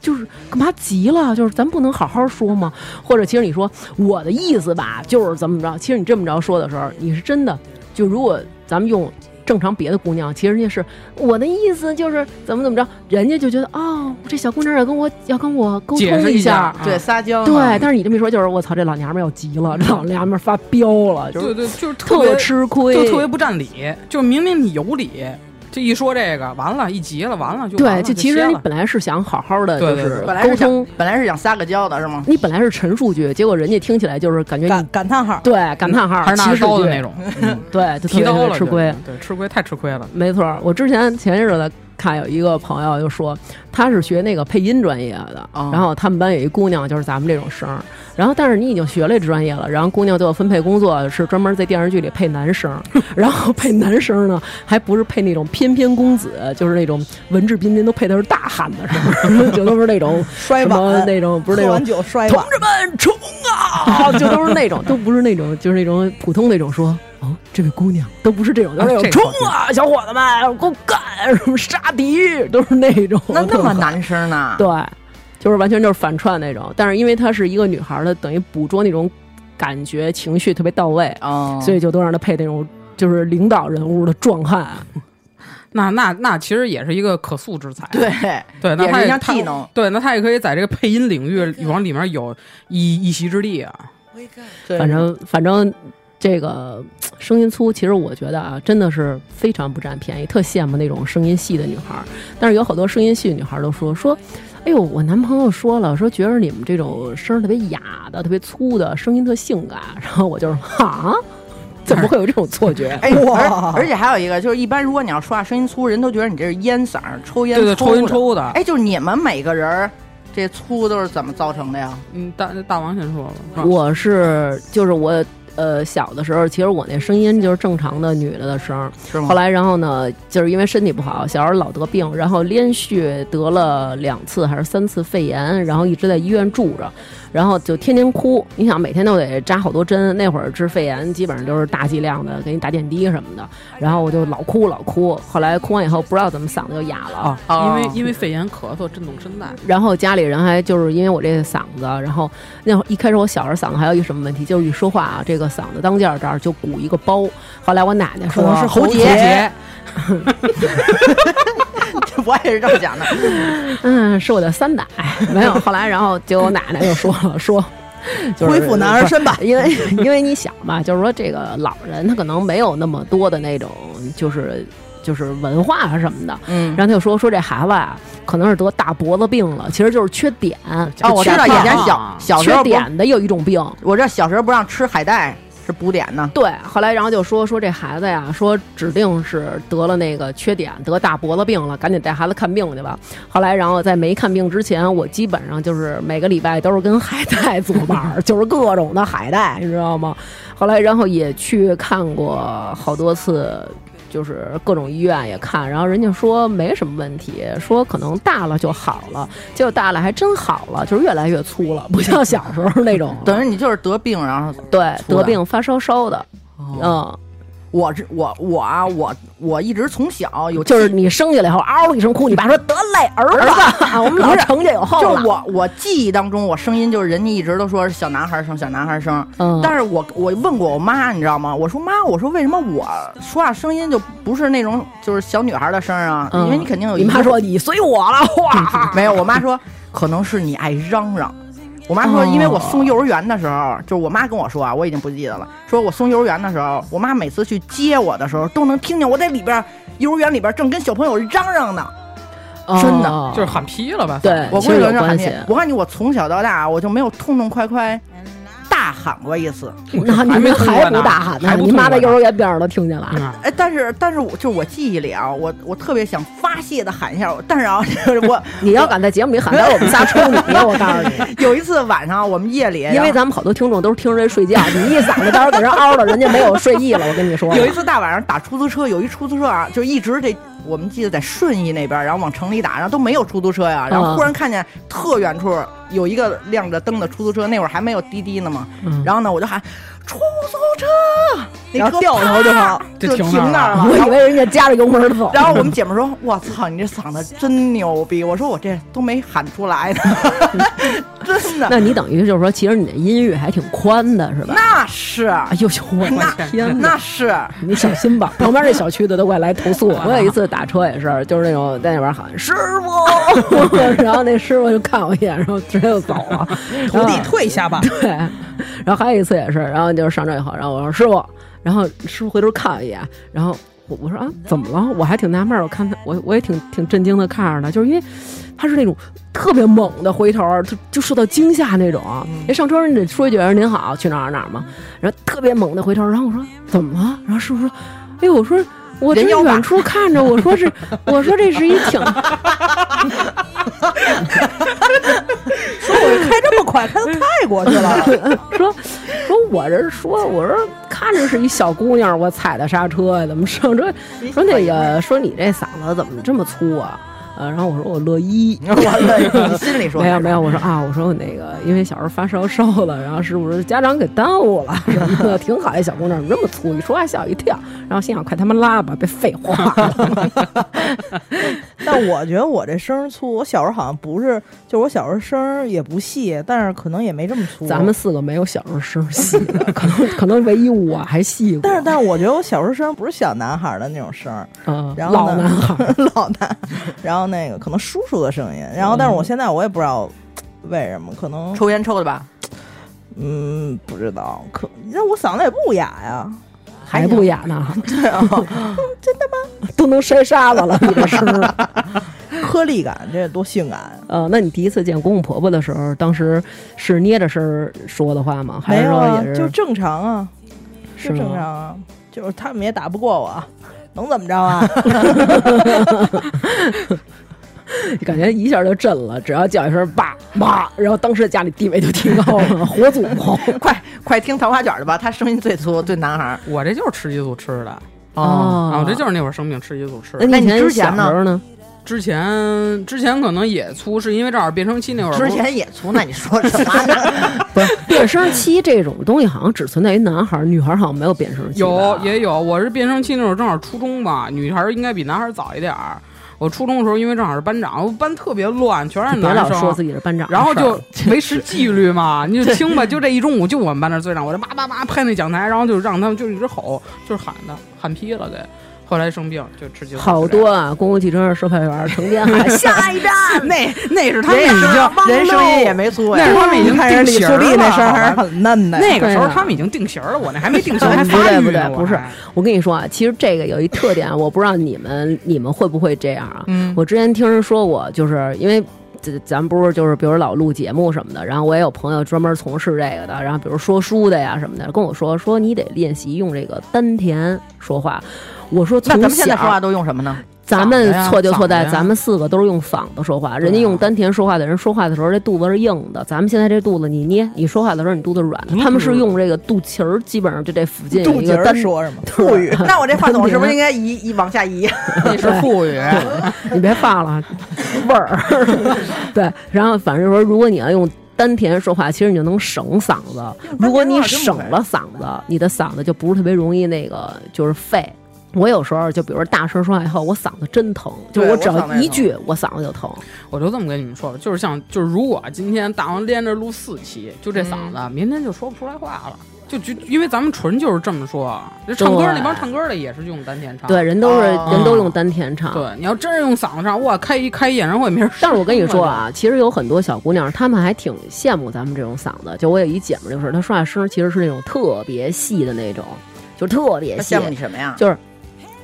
就是干嘛急了？就是咱不能好好说吗？或者其实你说我的意思吧，就是怎么着？其实你这么着说的时候，你是真的就如果咱们用正常别的姑娘，其实人家是我的意思就是怎么怎么着，人家就觉得哦，这小姑娘要跟我要跟我沟解通释下下，，啊对，撒娇。对。但是你这么一说，就是我操，这老娘们儿要急了，这老娘们儿发飙了，就对是对，就是特别特吃亏，就特别不占理，就是明明你有理，这这一说这个，完了，一急了，完了就完对，了就就其歇实你了本来是想好好的，对就对是对本来沟是通想，本来是想撒个娇的是吗？你本来是陈述句，结果人家听起来就是感觉感你感叹号，对感叹号还是拿歧着视刀的句那，种，嗯 对，就特提别特刀别了吃就亏是，，对，吃亏太吃亏了。没错儿。我之前前些日子看有一个朋友就说，他是学那个配音专业的，哦然后他们班有一姑娘就是咱们这种声儿，然后但是你已经学了这专业了，然后姑娘最后分配工作是专门在电视剧里配男声儿，然后配男声儿呢还不是配那种翩翩公子，就是那种文质彬彬都配的是大汉的声儿，就都是 那种摔什么碗那种不是那喝种完酒摔同碗，志们冲啊！就都是那种，都不是那种，就是那种普通那种说。哦，这位姑娘都不是这种，都是那啊种这个好冲啊，小伙子们，给我干！什么杀敌，都是那种。那那么特男生呢？ 对，就是完全就是反串那种。但是因为她是一个女孩儿的，等于捕捉那种感觉、情绪特别到位，哦，所以就都让她配那种就是领导人物的壮汉。那那那其实也是一个可塑之才，对对，那也他是一也项他技能对，那他也可以在这个配音领域往里面有一一席之地啊。对反正反正这个声音粗，其实我觉得啊，真的是非常不占便宜，特羡慕那种声音细的女孩儿。但是有好多声音细的女孩儿都说说，哎呦，我男朋友说了，说觉得你们这种声儿特别哑的、特别粗的声音特性感。然后我就是啊，怎么会有这种错觉？ 哎，哇而而且还有一个就是，一般如果你要说话声音粗，人都觉得你这是烟嗓儿，抽烟对对，抽烟的。抽的。哎，就是你们每个人儿这粗都是怎么造成的呀？嗯，大大王先说吧，是吧我是就是我呃小的时候，其实我那声音就是正常的女的的声儿。嗯是吗？后来，然后呢，就是因为身体不好，小时候老得病，然后连续得了两次还是三次肺炎，然后一直在医院住着，然后就天天哭。你想，每天都得扎好多针，那会儿治肺炎基本上就是大剂量的，给你打点滴什么的。然后我就老哭老哭，后来哭完以后不知道怎么嗓子就哑了。嗯啊，哦因为因为肺炎咳嗽震动声带，然后家里人还就是因为我这个嗓子，然后那会儿一开始我小时候嗓子还有一什么问题，就是一说话啊，这个嗓子当间儿这儿就鼓一个包。后来我奶奶说可能是喉喉结，结我也是这么想的。嗯，是我的三奶，没有。后来，然后结果我奶奶就说了，说。就是恢复男儿身吧因为因为你想吧，就是说这个老人他可能没有那么多的那种，就是就是文化啊什么的。嗯，然后他就说说这孩子啊，可能是得大脖子病了，其实就是缺碘。哦，我知道以前小啊小时缺候不，碘的有一种病，我知道小时候不让吃海带是补碘呢。对，后来然后就说说这孩子呀，说指定是得了那个缺碘，得大脖子病了，赶紧带孩子看病去吧。后来然后在没看病之前，我基本上就是每个礼拜都是跟海带作伴儿， 就是各种的海带，你知道吗？后来然后也去看过好多次。就是各种医院也看，然后人家说没什么问题，说可能大了就好了，结果大了还真好了，就是越来越粗了，不像小时候那种。等于你就是得病，然后对粗得的病发烧烧的，嗯，我是我我啊我我一直从小有就是你生下来以后嗷一声哭，你爸说得嘞儿子，啊我们老成家有后就了。是我我记忆当中，我声音就是人家一直都说是小男孩声，小男孩声。嗯但是我我问过我妈，你知道吗？我说妈，我说为什么我说话声音就不是那种就是小女孩的声啊？嗯因为你肯定有一你妈个说你随我了，哇， 没有，我妈说可能是你爱嚷嚷。我妈哦说，因为我送幼儿园的时候，就是我妈跟我说啊，我已经不记得了。说我送幼儿园的时候，我妈每次去接我的时候，都能听见我在里边幼儿园里边正跟小朋友嚷嚷呢。哦真的就是喊劈了吧？对我哎估计其实有有人喊关你系，啊我告诉你，我从小到大啊我就没有痛痛快快大喊过一次。那你们还不大喊呢？你妈在幼儿园边上都听见了。嗯哎，但是但是我就是我记忆里啊，我我特别想发泄的喊一下，但是啊， 就是我你要敢在节目里喊，待会儿我们仨抽你！我告诉你，有一次晚上我们夜里， 因为咱们好多听众都是听人睡觉，你一嗓子到时候给人嗷的，人家没有睡意了。我跟你说，有一次大晚上打出租车，有一出租车啊，就一直这我们记得在顺义那边，然后往城里打，然后都没有出租车呀，然后忽然看见特远处有一个亮着灯的出租车，那会儿还没有滴滴呢嘛，嗯然后呢我就喊出租车，那然车后掉头就跑啪就就停停那那儿儿了了，我然以 后为人家夹着油门走。然后我们姐们说：“我操，你这嗓子真牛逼！”我说：“我这都没喊出来呢， 真的。那你等于就是说，其实你的音域还挺宽的，是”吧？那是，哎呦呦，我那的天哪！那 是，你小心吧，旁边这小区的都快来投诉我。我有一次打车也是，就是那种在那边喊师傅， 然后那师傅就看我一眼，然后直接就走 了。徒弟啊退下吧，对， 然后还有一次也是，然后就是上车以后，然后我说师傅，然后师傅回头看我一眼，然后我我说啊，怎么了？我还挺纳闷儿，我看他，我我也挺挺震惊的看着他，就是因为他是那种特别猛的回头，就就受到惊吓那种。嗯人上车你得说一句哎您好，去哪儿哪儿嘛，然后特别猛的回头，然后我说怎么了？然后师傅说，哎呦，我说。我这人妖吧远处看着，我说是，我说这是一挺，开这么快，开到泰国去了， 说说我这说我说看着是一小姑娘，我踩的刹车呀，怎么上车？说那个说你这嗓子怎么这么粗啊？呃，然后我说我乐意。我心里说没有没有，我说啊，我说我那个，因为小时候发烧烧了，然后师傅说家长给耽误了 什么的，挺好，一小姑娘怎么这么粗，一说话吓我一跳，然后心想快他妈拉吧，别废 话。但我觉得我这声儿粗，我小时候好像不是，就是我小时候声儿也不细，但是可能也没这么粗。咱们，四个没有小时候声细的，可能可能唯一我还细过，但是但是我觉得我小时候声儿不是小男孩儿的那种声儿，嗯然老后呢男孩儿， 老男，然后那个可能叔叔的声音，然后但是我现在我也不知道为什么，可能抽烟抽的吧？嗯不知道，可那我嗓子也不哑呀，还不雅呢，真 的吗？都能筛沙子了，你这声儿。颗粒感这多性感啊！呃，那你第一次见公公婆婆的时候，当时是捏着声儿说的话吗？还没是有说啊也，就是正常啊，是就正吗常啊，就是他们也打不过我啊，能怎么 着啊？感觉一下就震了，只要叫一声爸妈，然后当时家里地位就提高 了，活祖宗。 快快听桃花卷儿的吧，他声音最粗，最男孩儿。我这就是吃激素吃的啊，我哦哎这就是那会儿生病吃激素吃那的。你以那你前之前小时候呢？之前之前可能也粗，是因为正好变声期那会儿不之是。前也粗，那你说什么呢？不是变声期这种东西，好像只存在于男孩儿，女孩儿好像没有变声期吧。有也有，我是变声期那会儿正好初中吧，女孩儿应该比男孩儿早一点儿。我初中的时候，因为正好是班长，我班特别乱，全是你别男老生。啊说自己是班长的事儿，然后 就维持纪律嘛，你就听吧，就这一中午就我们班那最让我这叭叭叭拍那讲台，然后就让他们就是一直吼，就是喊的，喊劈了给。后来生病就吃激素，好多啊，公共汽车售票员成天喊下一站，那那是他们人已已经经人声音也没粗啊那呀是。他们已经看人定李型素儿丽那啊了声儿还是好吧很嫩的，那个时候对啊他们已经定型儿了，我那还没定型 儿，还不发对育不呢对，不我是还，我跟你说啊，其实这个有一特点，我不知道你们你们会不会这样啊？嗯我之前听人说过，就是因为。这咱不是就是，比如老录节目什么的，然后我也有朋友专门从事这个的，然后比如说书的呀什么的，跟我说说你得练习用这个丹田说话。我说那从咱们小现在说话都用什么呢？咱们嗓子呀错就错在嗓子呀咱们四个都是用嗓子啊说话，人家用丹田说话的人说话的时候，这肚子是硬的，咱们现在这肚子你捏，你说话的时候你肚子是软的，他们是用这个肚脐儿，基本上就这附近有肚一脐个丹儿说什么？富裕。那我这话筒是不是应该移移往下移？那是富裕， 你别放了，味儿。 对，然后反正说，如果你要用丹田说话，其实你就能省嗓子。如果你省了嗓子，你的嗓子就不是特别容易那个就是废。我有时候就比如说大声说话以后，我嗓子真疼，就对我我只嗓要子也一疼句，我嗓子就疼。我就这么跟你们说吧，就是像就是如果今天大王连着录四期，就这嗓子，明天就说不出来话了。就就因为咱们纯就是这么说，这唱歌对那帮唱歌的也是用丹田唱。对，人都是、哦人都用丹田唱。对，你要真是用嗓子唱，哇，开一开一演唱会没人。但是我跟你说，啊，其实有很多小姑娘，她们还挺羡慕咱们这种嗓子。就我有一姐们儿，就是她说话声儿其实是那种特别细的那种，就特别他细羡。慕你什么呀？就是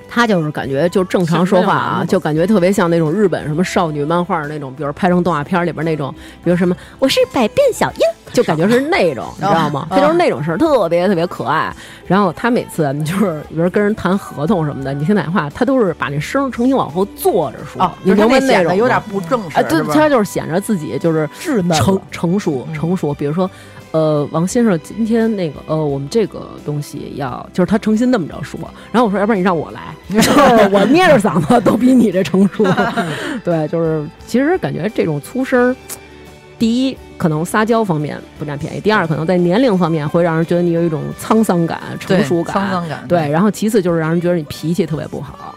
她就是感觉就正常说话像那种男的啊，吗就感觉特别像那种日本什么少女漫画那种，比如拍成动画片里边那种，比如什么我是百变小樱，就感觉是那种，你知道吗？哦她就是那种事儿，特别特别可爱。然后她每次就是比如跟人谈合同什么的，你听哪话，她都是把那声儿重新往后坐着说，哦，你就是明他白那显那种得吗有点不正式，啊，对是，吧她就是显着自己就是稚嫩成了成嗯熟成熟，比如说，呃，王先生今天那个呃，我们这个东西要就是他诚心那么着说，然后我说要不然你让我 来，就是我捏着嗓子都比你这成熟，对，就是其实感觉这种粗声儿，第一可能撒娇方面不占便宜，第二可能在年龄方面会让人觉得你有一种沧桑感、成熟感，沧桑感。对，然后其次就是让人觉得你脾气特别不好，嗯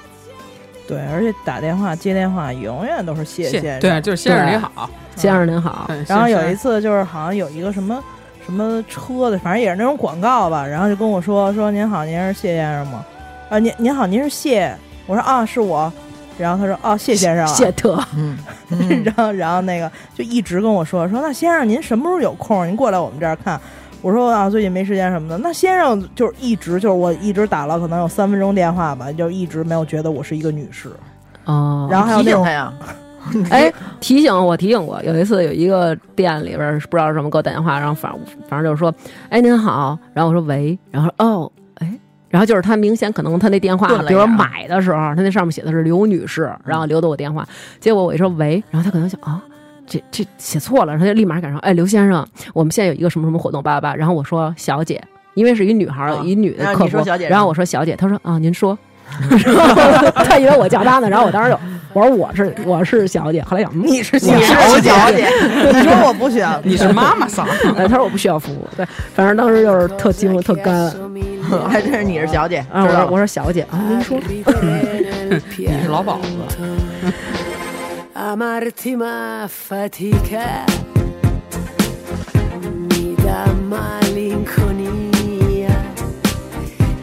对，而且打电话接电话永远都是谢谢先生。对，就是先生你好。先生您好，对然后有先一生次就是好像有一个什么什么车的，反正也是那种广告吧，然后就跟我说说您好，您是谢先生吗？啊，您您好，您是谢？我说啊，是我。然后他说啊，谢先生啊。谢特，嗯，嗯然后然后那个就一直跟我说说那先生您什么时候有空？您过来我们这儿看。我说啊，最近没时间什么的。那先生就是一直就是我一直打了可能有三分钟电话吧，就一直没有觉得我是一个女士。哦，然后还有提那醒种他呀， 哎，提醒我提醒过，有一次有一个店里边儿不知道什么给我打电话，然后反反正就是说，哎您好，然后我说喂，然后哦哎，然后就是他明显可能他那电话顿，了比如一下买的时候，他那上面写的是刘女士，然后留的我电话，结果我一说喂，然后他可能想啊。这这写错了，然后他就立马赶上，哎，刘先生，我们现在有一个什么什么活动，叭叭叭。然后我说小姐，因为是一女孩儿，啊一女的然后客你服说小姐然后我说小姐，他说啊，您说， 他以为我叫他呢，然后我当时就我说我是我是小姐，后来想嗯你是小你是小姐，姐， 你说我不想，你是妈妈桑， 哎，他说我不需要服务，对，反正当时就是特惊了特干，还真是你是小姐，啊，知我说道我了说小姐啊，您说，你是老鸨子。 amarti ma fatica mi dà malinconia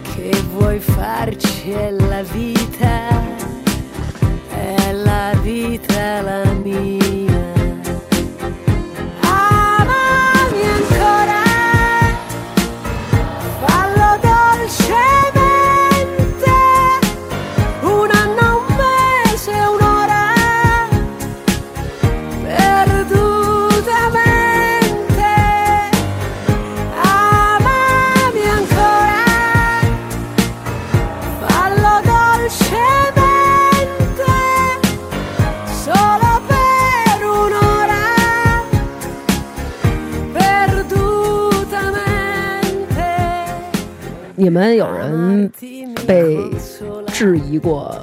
che vuoi farci è la vita è la vita la mia amami ancora fallo dolcemente un anno, un mese, un'ora perdutamente. Amami ancora, fallo dolcemente, solo per un'ora perdutamente. 你们有人被被质疑过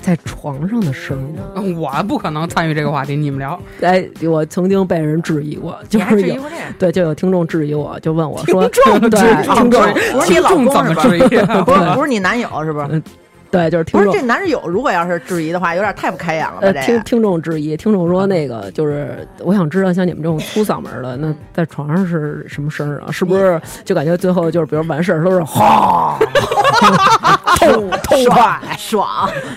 在床上的声音吗？嗯我不可能参与这个话题，你们聊。哎，我曾经被人质疑过，就你还是质疑有过这 样。对，就有听众质疑我，就问我说，众对质疑听 众不是你老众公怎么啊是吧？质疑？ 不是不是你男友是不是？对，就是听不是众这男友，如果要是质疑的话，有点太不开眼了吧？呃，这听个听众质疑，听众说那个就是，我想知道像你们这种粗嗓门儿的，那在床上是什么声儿啊？是不是就感觉最后就是，比如完事儿都是哈，痛痛快，爽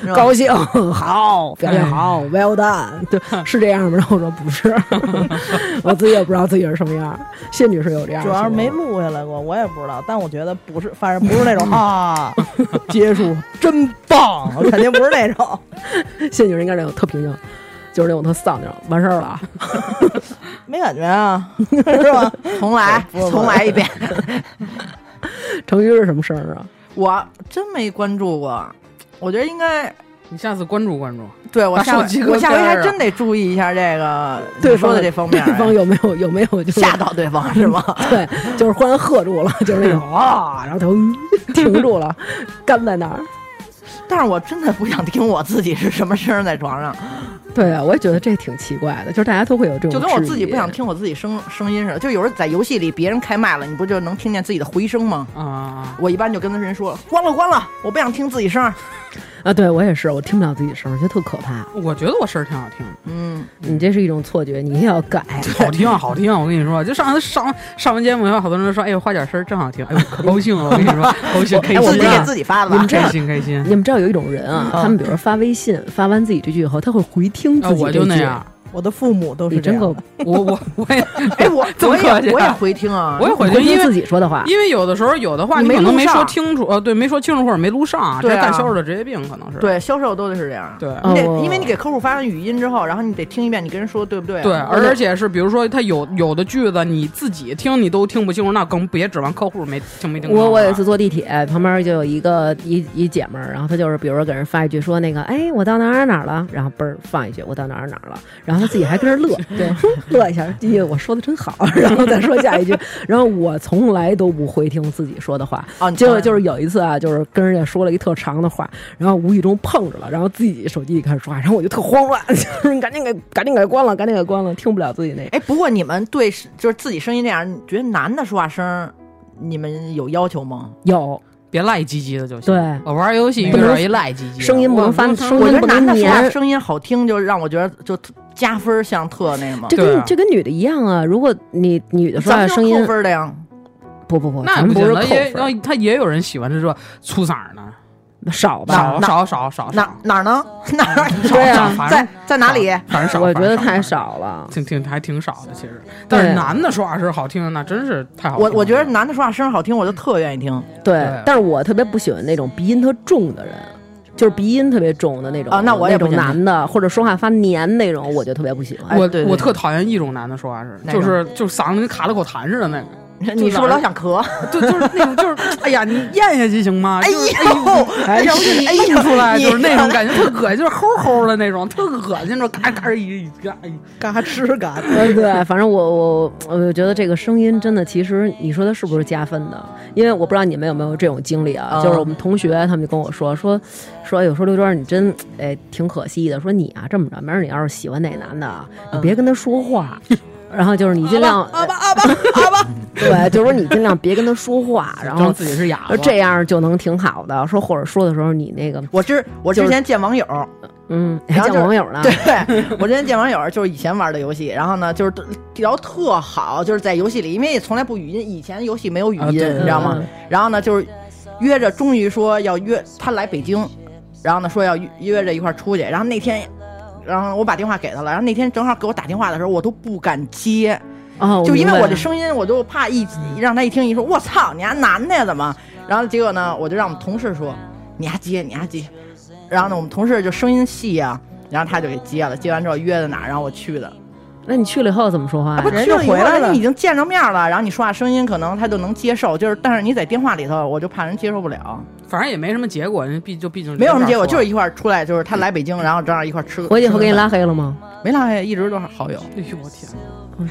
是吧？高兴， 好，表现哎好，well done，对，是这样吗？然后我说不是， 我自己也不知道自己是什么样儿。谢女士有这样主的行为吗，要是没录下来过，我也不知道。但我觉得不是，反正不是那种啊，结束真棒，肯定不是那种。谢女士应该是那种特平静，就是那种特丧那种，完事儿了啊，没感觉啊，是吧？重来，重来一遍。程旭是什么声儿啊？ 我真没关注过，我觉得应该你下次关注关注。对我把下手机搁我下回边儿还啊真得注意一下这个你对说方的这方面，对方有没有有没有就是吓到对 方是吗？ 对，就是忽然喝住了，就是那 种啊，然后他嗯 停住了，干在那儿。但是我真的不想听我自己是什么声儿在床上，对啊，我也觉得这挺奇怪的，就是大家都会有这种，就跟我自己不想。听我自己声声音似的。就有时候在游戏里别人开麦了，你不就能听见自己的回声吗？啊，我一般就跟人说关了关了，我不想听自己声儿。啊，对我也是，我听不了自己声儿，觉得特可怕。我觉得我声儿挺好 听的，嗯，你这是一种错觉，你也要改。好听好听。我跟你说，就上次上上完节目以后，好多人都说，哎呦，花姐声儿真好听，哎呦，可高兴 了。我跟你说，高兴开哎，我我自知己道给心，自己发的你吧们。这开样，心开心。你们知道有一种人啊，他们比如说发微信，发完自己这句以后，他会回听嗯啊，自己我这就那句。样，我的父母都你是这真样够的，，我我我 也哎，我这么我客气也啊我也回听啊，我也回回去，因听自为己说的话。因为有的时候有的话你你没可能录没上说清楚，呃，对，没说清楚或者没录上，这对是啊干销售的职业病，可能是。对嗯销售都得是这样。对你得哦因为你给客户发完语音之后，然后你得听一遍，你跟人说对不对啊？对，我得而且是比如说，他有有的句子你自己听你都听不清楚，那更别指望客户没听没听我我有一次是坐地铁，旁边就有一个一一姐们儿，然后她就是比如说给人发一句说那个哎我到哪儿哪儿了，然后嘣儿放一句我到哪儿哪儿了，然后她自己还跟着乐，对， 乐一下，哎呀我说的真好， 然后再说下一句，然后我从来都不回听自己说的话，哦，你结果从就是有一次啊，就是跟人家说了一特长的话，然后无意中碰着了，然后自己手机里开始说话，然后我就特慌乱， 就是赶紧给赶紧给关了，赶紧给关了，听不了自己那哎，不过你们对就是自己声音这样，你觉得男的说话声儿，你们有要求吗？有别赖唧唧的就行。对我哦玩游戏遇不能到一赖唧唧的，声音不能发，我声我觉音得不男的能说黏话。声音好听，就让我觉得就特加分儿，像特那什么。这对跟啊这跟女的一样啊，如果你女的说咱话们就声音扣分儿的呀，不不不，那咱不不行是了，扣也分儿，他也有人喜欢这说粗嗓儿的，少吧？少少少少哪少，哪儿 呢？哪儿？啊对啊反 正在在哪里？反正少，我觉得反正太，少了。挺挺还挺少的其实。但是对男的说话声好听，那真是太好听我了。我觉得男的说话声好听，我就特愿意听对对，但是我特别不喜欢那种鼻音特重的人，就是鼻音特别重的那种啊那我也那不种喜欢男的，或者说话发黏那种，我就特别不喜欢。我哎对对我特讨厌一种男的说话声，哪就种是就是嗓子跟卡了口痰似的那个。你是不是老想咳？对，就是那种，就是哎呀，你咽下去行吗？ 哎就是呦，哎呦，哎呦，溢出来你就是那种感觉，特恶心，就是齁齁的那种，特恶心，就是嘎嘎一一嘎一。嘎 吱嘎吱。呃，对，反正我我我觉得这个声音真的，其实你说它是不是加分的？因为我不知道你们有没有这种经历啊，嗯就是我们同学他们就跟我说说说，有时候刘娟你真哎挺可惜的，说你啊这么着，明儿你要是喜欢哪男的啊，你别跟他说话。嗯 然后就是你尽量，阿巴阿巴阿巴， 对，就是说你尽量别跟他说话，然后装自己是哑巴呃这样就能挺好的。说或者说的时候，你那个我之我之前见网友，嗯，还然后见就是网友 呢，对我之前见网友就是以前玩的游戏，然后呢就是聊特好，就是在游戏里，因为也从来不语音，以前游戏没有语啊音，对你知道吗嗯？然后呢就是约着，终于说要约他来北京，然后呢说要约约着一块儿出去，然后那天。然后我把电话给他了，然后那天正好给我打电话的时候，我都不敢接，哦，就因为我这这声音，我就怕一让他一听一说，我操，你丫男的呀，怎么？然后结果呢，我就让我们同事说，你丫接，你丫接。然后呢，我们同事就声音细呀、然后他就给接了。接完之后约的哪儿，然后我去的。那你去了以后怎么说话呀？不人去了以就后，回来了人已经见着面了，然后你说话声音可能他就能接受，就是但是你在电话里头，我就怕人接受不了。反正也没什么结果，人毕就毕竟没有什么结果，这就样是一块儿出来，就是他来北京，然后正好一块儿吃。回去以后吃给你个饭拉黑了吗？没拉黑，一直都是好友。说。哎呦我天，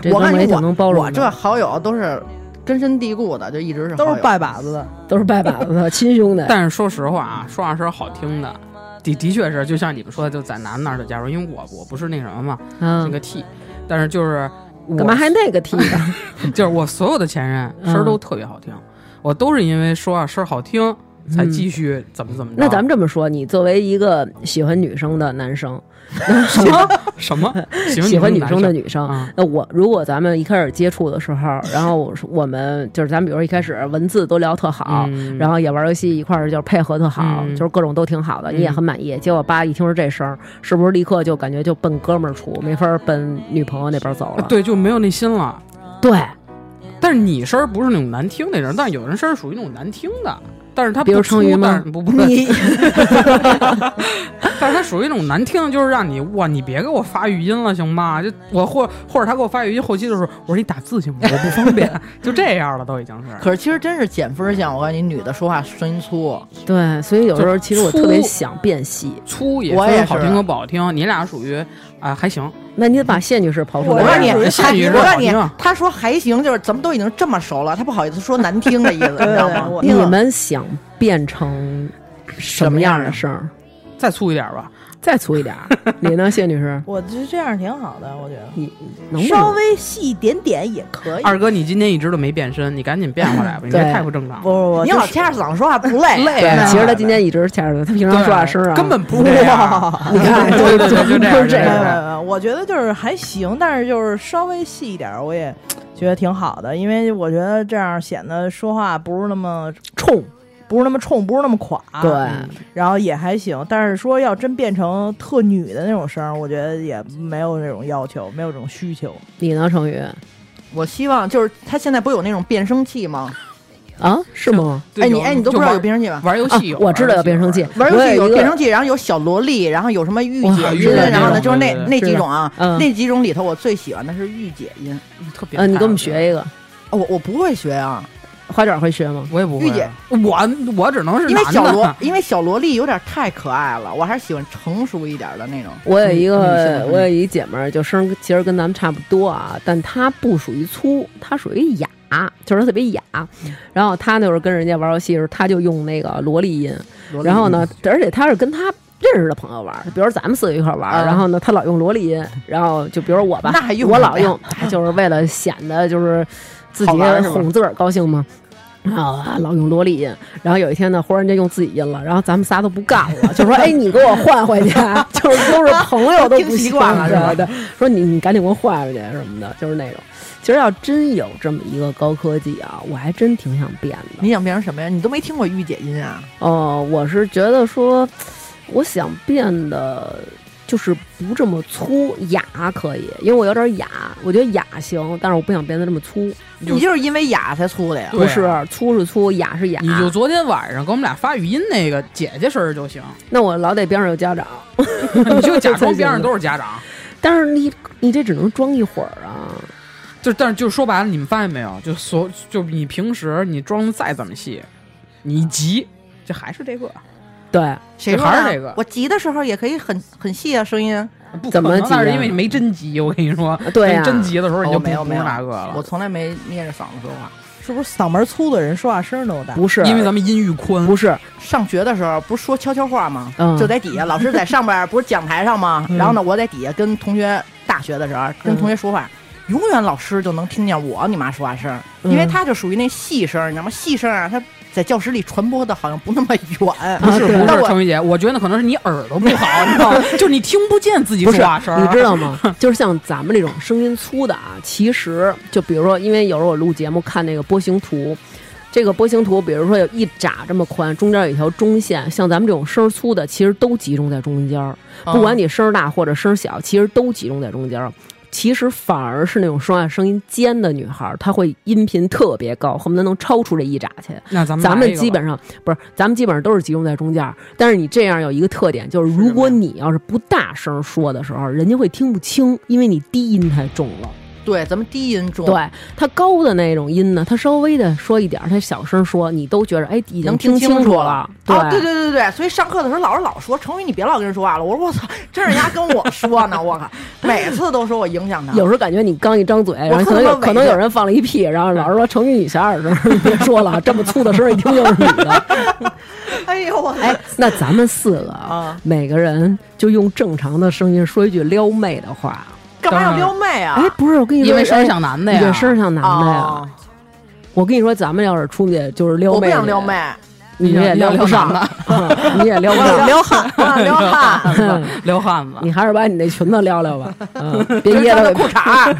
这我哥感们儿觉也挺能包我容我的 这好友都是根深蒂固的，就一直是都好是友拜把子的。都是拜把子的亲兄 弟。但是说实话啊，说话声好听的，的的确是，就像你们说的，就在男那儿的加入，因为我我不是那什么嘛，那嗯个 T，但是就是我干嘛还那个啊 T 呀？ 就是我所有的前任声儿都特别好听，我都是因为说话声儿好听才继续怎么怎么着。那咱们这么说，你作为一个喜欢女生的男生，什么什么喜欢女生的女女生，啊？那我如果咱们一开始接触的时候，然后我说我们就是咱们比如说一开始文字都聊特好，嗯然后也玩游戏一块儿就是配合特好，嗯就是各种都挺好的，你也很满意。结果叭一听是这声儿，是不是立刻就感觉就奔哥们儿处，没法儿奔女朋友那边走了？对，就没有那心了。啊对，但是你声儿不是那种难听那种，但是有人声儿属于那种难听的，但是他比如成语吗不不，你 但是他属于那种难听的，就是让你哇，你别给我发语音了，行吗？就我或或者他给我发语音，后期的时候我说你打字行吗？我不方便，就这样了，都已经是。可是其实真是减分项，我告诉你，女的说话声音粗，对，所以有时候其实我特别粗想变细，粗也我分也好是听和不好听，你俩属于啊、还行，那你得把谢女士刨出我来。告诉你，属于下雨还是我告好诉你听啊，他说还行，就是咱们都已经这么熟了，他不好意思说难听的意思，你知道吗？你们想变成什么样的声儿？再粗一点吧。再粗一点 儿，你呢，谢女士？我觉得这样挺好的，我觉得你能不稍能？微细一点点也可以。二哥，你今天一直都没变身，你赶紧变回来吧，你这对太不正常不了。不不，你就老是掐着嗓子说话不累，累对啊，其实他今天一直是掐着的，他平常对说话声儿啊，根本不是这样。 你看，啊对对对 就这样就是就这这样。样没有没有没有啊我觉得啊就是还行，但是就是稍微细一点儿，我也觉得挺好的，因为我觉得这样显得说话不是那么冲，不是那么冲，不是那么垮，对，然后也还行。但是说要真变成特女的那种声儿，我觉得也没有这种要求，没有这种需求。你呢，成宇 我希望就是他现在不有那种变声器吗？啊？是吗？对哎，你有哎，你都就不知道玩有变声器吧？玩游啊戏有，我知道有变声器，玩游戏有我一个变声器，然后有小萝莉，然后有什么御姐哇音，知道然后呢，知就道是那知道那几种啊知道嗯，那几种里头我最喜欢的是御姐音，特别。嗯，你给我们学一个，我哦我不会学啊，花卷会学吗？我也不会御姐啊，我我只能是因为男小的萝因为小萝莉有点太可爱了，我还是喜欢成熟一点的那种。我有一嗯个嗯，是我有一姐们儿，就声儿其实跟咱们差不多啊，但她不属于粗，她属于哑，就是她特别哑。然后她那会儿跟人家玩游戏的时候，她就用那个萝莉音，萝莉然后呢，而且她是跟她。认识的朋友玩，比如咱们四个一块儿玩，嗯然后呢，她老用萝莉音，然后就比如我吧，那还用我什么老呀用，就是为了显得就是自己好玩是吧哄自个儿高兴嘛。然后啊，老用萝莉音，然后有一天呢，忽然间用自己音了，然后咱们仨都不干了，就说：“哎，你给我换回去。”啊 就是都是朋友 都不习惯了，是吧？对，说你你赶紧给我换回去什么的，就是那种。其实要真有这么一个高科技啊，我还真挺想变的。你想变成什么呀？你都没听过御姐音啊？哦，我是觉得说，我想变得就是不这么粗哑可以，因为我有点哑，我觉得哑行，但是我不想变得这么粗。有你就是因为哑才粗的呀？对啊不是粗是粗，哑是哑。你就昨天晚上给我们俩发语音那个姐姐声儿就行，那我老得边上有家长，你就假装边上都是家长。但是你你这只能装一会儿啊。就但是就说白了，你们发现没有？就所就你平时你装的再怎么细，你一急就还是这个，对，谁啊说还的是这个我急的时候也可以很很细啊，声音。不可怎么能。急那是啊因为你没真急，我跟你说，对啊你真急的时候你就哦不没有不没是有那个了我。从来没捏着嗓子说话。是不是嗓门粗的人说话声儿都大？不是，因为咱们音域宽，不是，上学的时候不是说悄悄话吗？嗯就在底下，老师在上边儿不是讲台上吗？然后呢，我在底下跟同学，大学的时嗯候跟同学说话，永远老师就能听见我你妈说话声儿，因为嗯他就属于那细声儿，你知道吗？细声儿啊，他在教室里传播的好像不那么远。不是啊对不但是我程雨姐，我觉得可能是你耳朵不 好，你知道吗？就是你听不见自己说话声儿，啊你知道吗？就是像咱们这种声音粗的啊，其实就比如说，因为有时候我录节目看那个波形图，这个波形图，比如说有一拃这么宽，中间有一条中线，像咱们这种声儿粗的，其实都集中在中间儿，嗯哦不管你声儿大或者声儿小，其实都集中在中间儿。其实反而是那种说话声音尖的女孩儿，她会音频特别高，恨不得能超出这一拃去。那咱们咱来一们个吧基本上不是，咱们基本上都是集中在中间儿。但是你这样有一个特点，就是如果你要是不大声说的时候，人家会听不清，因为你低音太重了。对，咱们低音重，对，它高的那种音呢，它稍微的说一点儿，它小声说，你都觉着哎已经能听听清楚了。啊，对对对对，所以上课的时候老师老说，成宇你别老跟人说话了。我说我操，真是人家跟我说 呢，我靠，每次都说我影响他。有时候感觉你刚一张嘴，然后可特能有别可能有委屈人放了一屁，然后老师说：“成语你小点声，你别说了，这么粗的声儿一听就是你的。哎呦我”哎，那咱们四个啊，每个人就用正常的声音说一句撩妹的话。干嘛要撩妹啊？哎，不是，我跟你说，因为声儿哎像男的呀对，声儿像男的呀哦。我跟你说，咱们要是出去就是撩妹，我不想撩妹，，你也撩不上， 嗯你也撩不我想上。撩汉，我 想 撩 汉，撩汉子。你还是把你那裙子撩 撩吧，嗯，别别掖穿着个裤衩儿。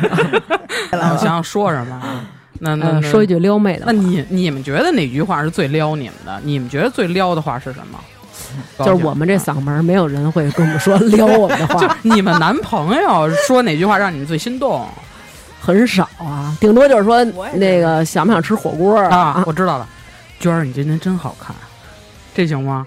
我想想说什么啊？那那 嗯，那说一句撩妹的话，那你你们觉得哪句话是最撩你们的？你们觉得最撩的话是什么？ 就是我们这嗓门儿，没有人会跟我 们说撩我们的高兴，话，啊就你们男朋友说哪句话让你们最 心动很少啊，顶多就是说那个想不想吃火锅儿 啊？，我知道了，娟儿，你今天真好看，这行吗？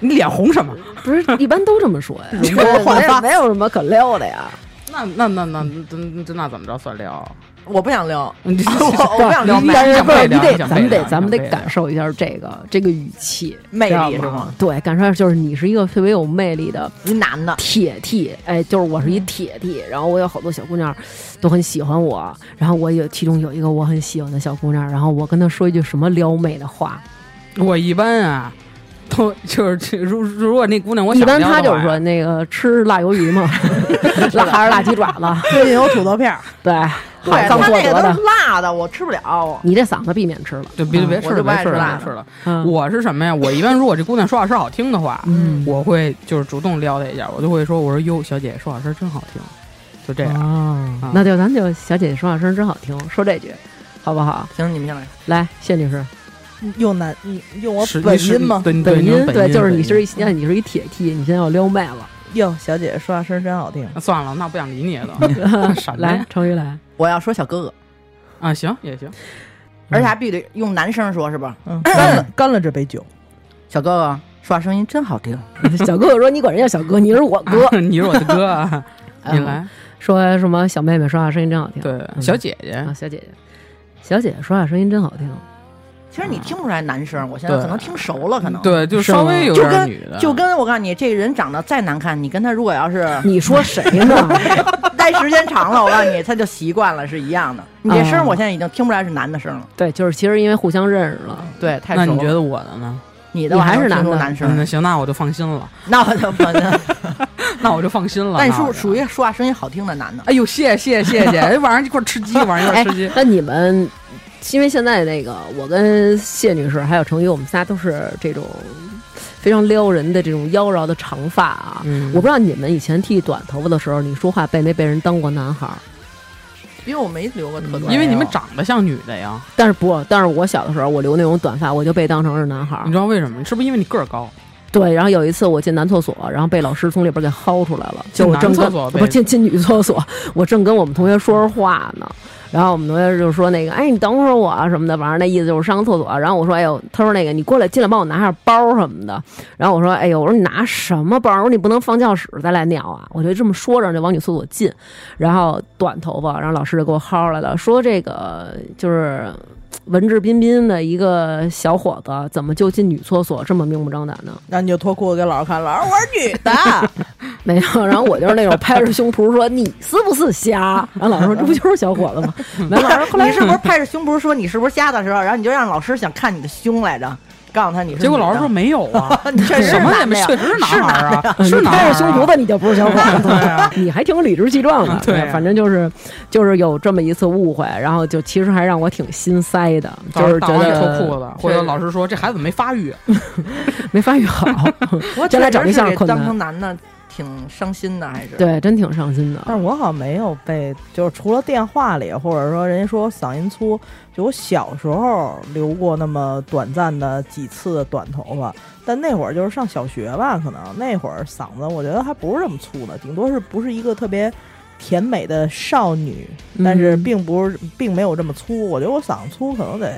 你脸红什么？不是一般都这么说呀，没没有什么可撩的呀。那那那那那那怎么着算撩？我不想 撩，你嗯这我不想撩哎你妹，想但是不是被你撩得你想咱们被得撩咱们得你想被感受一下这个这个语气，魅知道力是吗吗？对，感受一下就是你是一个特别有魅力的一男的，铁 T，哎，就是我是一铁 T，然后我有好多小姑娘都很喜欢我，然后我有其中有一个我很喜欢的小姑娘，然后我跟她说一句什么撩妹的话，我一般啊，都 就是这如如果那姑娘我一想般撩的她就是话说那个吃辣鱿鱼嘛，辣还是辣鸡爪子，最近有土豆片 儿，对，对好刚他做那得个都的是，辣的，我吃不了。你这嗓子避免吃了，就别别我吃了，就不别爱吃吃了，辣别吃了。嗯，我是什么呀？我一般如果这姑娘说话声好听的话，嗯我会就是主动撩她一下，我就会说，我说哟，小姐说话声真好听，就这样。哦啊，那就咱就小姐姐说话声真好听，说这句好不好？行，你们先来。来，谢女士，用男你用我是本是音吗？对本音对，就是你是是一现在你是一铁 T，你现在要撩妹了，哟，小姐姐说话声儿真好听。算了，那不想理你了，闪着来，程宇来，我要说小哥哥，啊，行也行，而且还必须得用男声说，是吧？ 嗯，干了干了这杯酒，小哥哥说话声音真好听。 小哥哥说你管人叫小哥，你是我哥， 你是我的哥啊，你嗯来，说什么小妹妹说话声音真好听，对，嗯小姐姐啊，小姐姐，小姐姐说话声音真好听，其实你听不出来男声，我现在对可能听熟了，可能。对，就是稍微吗有嗯就点女的，跟就跟我告诉你，这个人长得再难看，你跟他如果要是 你说谁呢？待时间长了，我告诉你，他就习惯了，是一样的。你这声我现在已经听不出来是男的声了， 对，就是其实因为互相认识了，对，太那熟你觉了。得我的呢？你的你我还是能听男出的男嗯那声，行，那我就放心了， 那我就不信。 那我就放心了。但那是我就属于说话声音好听的男的，哎哎呦，谢谢谢谢谢谢！哎，晚上一块儿吃鸡，晚上一块儿哎吃鸡，那你们因为现在那个我跟谢女士还有程宇，我们仨都是这种非常撩人的这种妖娆的长发啊。嗯我不知道你们以前剃短头发的时候，你说话被没被人当过男孩儿？因为我没留过特短，嗯因为你们长得像女的呀，但是不，但是我小的时候，我留那种短发，我就被当成是男孩儿你。知道为什么？是不是因为你个儿高？对，然后有一次我进男厕所，然后被老师从里边给薅出来了，就我正进男跟厕所呗不是进进女厕所，我正跟我们同学说着话呢，然后我们同学就说那个，哎，你等会儿我啊什么的，反正那意思就是上个厕所。然后我说，哎呦，他说那个你过来进来帮我拿下包什么的。然后我说，哎呦，我说你拿什么包？我说你不能放教室再来尿啊！我就这么说着就往女厕所进，然后短头发，然后老师就给我薅来了，说这个就是。文质彬彬的一个小伙子，怎么就进女厕所这么明目张胆呢？那你就脱裤子给老师看，老师我是女 的，没有，然后我就是那种拍着胸脯说你是不是瞎？然后老师说这不就是小伙子吗？没有老师后来你是不是拍着胸脯说你是不是瞎的时候，然后你就让老师想看你的胸来着，告诉他你是。结果老师说，没有啊， 你 确实什是么也男的没，呀确实是男孩儿啊，嗯你是男孩拍儿着胸脯啊。子你就不是小伙子，对啊你还挺理直气壮的。对啊反正就是就是有这么一次误会，然后就其实还让我挺心塞的，就是觉早上大王得也脱裤子，或者老师说这孩子没发育，没发育好， 我将来找对象确实是困给难当成男的挺伤心的，还是对，真挺伤心的。 但是我好像没有被，就是除了电话里，或者说人家说我嗓音粗，就我小时候留过那么短暂的几次短头发，但那会儿就是上小学吧，可能那会儿嗓子我觉得还不是这么粗呢，顶多是不是一个特别甜美的少女，但是嗯并不是，并没有这么粗。我觉得我嗓子粗可能得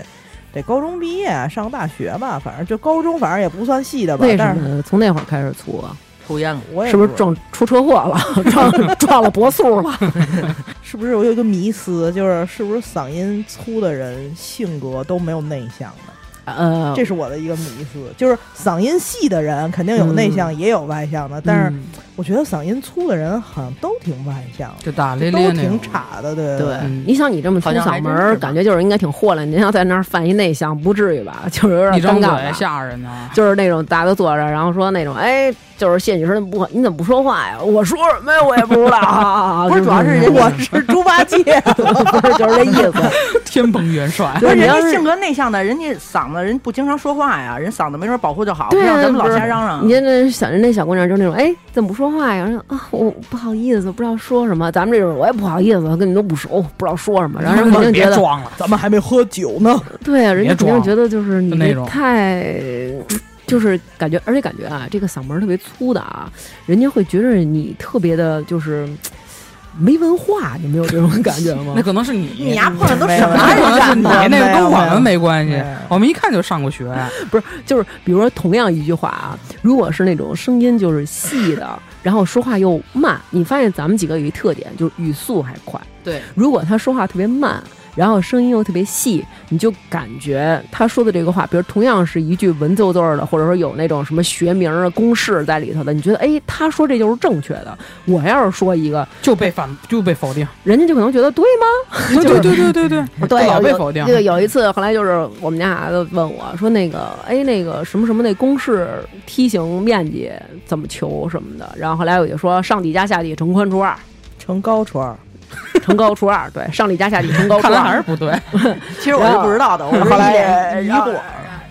得高中毕业上大学吧，反正就高中，反正也不算细的吧为，什但是么从那会儿开始粗啊？抽烟了。我也是不是知道撞出车祸了？ 撞撞了脖速了？ 是不是我有一个迷思，就是是不是嗓音粗的人性格都没有内向的？呃，这是我的一个迷思，就是嗓音细的人肯定有内向，也有外向的，但是嗯我觉得嗓音粗的人好像都挺外向的，就大咧都咧那挺种。差的，对对，嗯你想你这么粗好像还嗓门真儿，是吧感觉就是应该挺豁亮。您要在那儿犯一内向，不至于吧？ 就是有一点张尴尬嘴吧。吓人呢， 就是那种大家都坐着，然后说那种，哎，就是谢女士你不，你怎么不说话呀？我 说什么呀？我也不知道 啊。不是主要是人 我我是猪八戒，不是就是这 意思。天蓬元帅。就不是是你人要家是性格内向的，人家嗓子人不经常说话呀，人嗓子没准保护就好，不对啊像咱们老不是瞎嚷嚷你。现在想着那小姑娘就是那种，哎，怎么不说话呀？然后啊，我不好意思，不知道说什么。咱们这种我也不好意思，跟你都不熟，不知道说什么。然后人 肯定觉别得，装了，咱们还没喝酒呢，对啊，人家别肯定装觉得就是你就那这种太，就是感觉，而且感觉啊，这个嗓门儿特别粗的啊，人家会觉着你特别的，就是没文化，你们有这种感觉吗 那？可能是你，你牙碰上都 什那么没有可人能是干你的？那个跟我们没关没有系没有，我们一看就上过学。 就是比如说同样一句话啊，如果是那种声音就是细的，然后说话又慢，你发现咱们几个有一特点，就是语速还快。对，如果他说话特别慢，然后声音又特别细，你就感觉他说的这个话，比如同样是一句文绉绉的，或者说有那种什么学名啊、公式在里头的，你觉得哎，他说这就是正确的。我要是说一个，就被反就被否 定，人家就可能觉得对吗？对对对对对 对，啊对，老被有否定这。个有一次，后来就是我们家孩子问我说：“那个，哎，那个什么什么那公式梯形面积怎么求什么的？”然后后来我就说：“上底加下底乘宽除二，成高川儿，乘高除二。”对，上底加下底乘高除 看来还二是。不对，其实我是不知道的，我是后一来脸疑然后惑。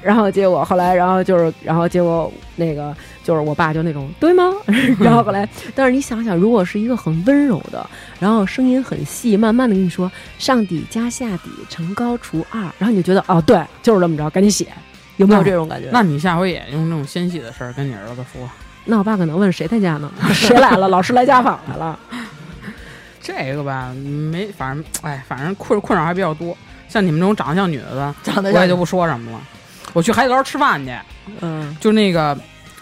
然后结果后来，然后就是，然后结果那个就是我爸就那种对吗？ 然后后来，但是你想想，如果是一个很温柔的，然后声音很细，慢慢的跟你说上底加下底乘高除二，然后你就觉得哦，对，就是这么着，赶紧写，有啊没有这种感觉？那你下回也用那种纤细的事儿跟你儿子说，那我爸可能问谁在家 呢？谁来了？老师来家访来了。这个吧，没，反正哎，反正困困扰还比较多。像你们这种长得像女的，长得我也像就不说什么了。我去海底捞吃饭去，嗯，就那个，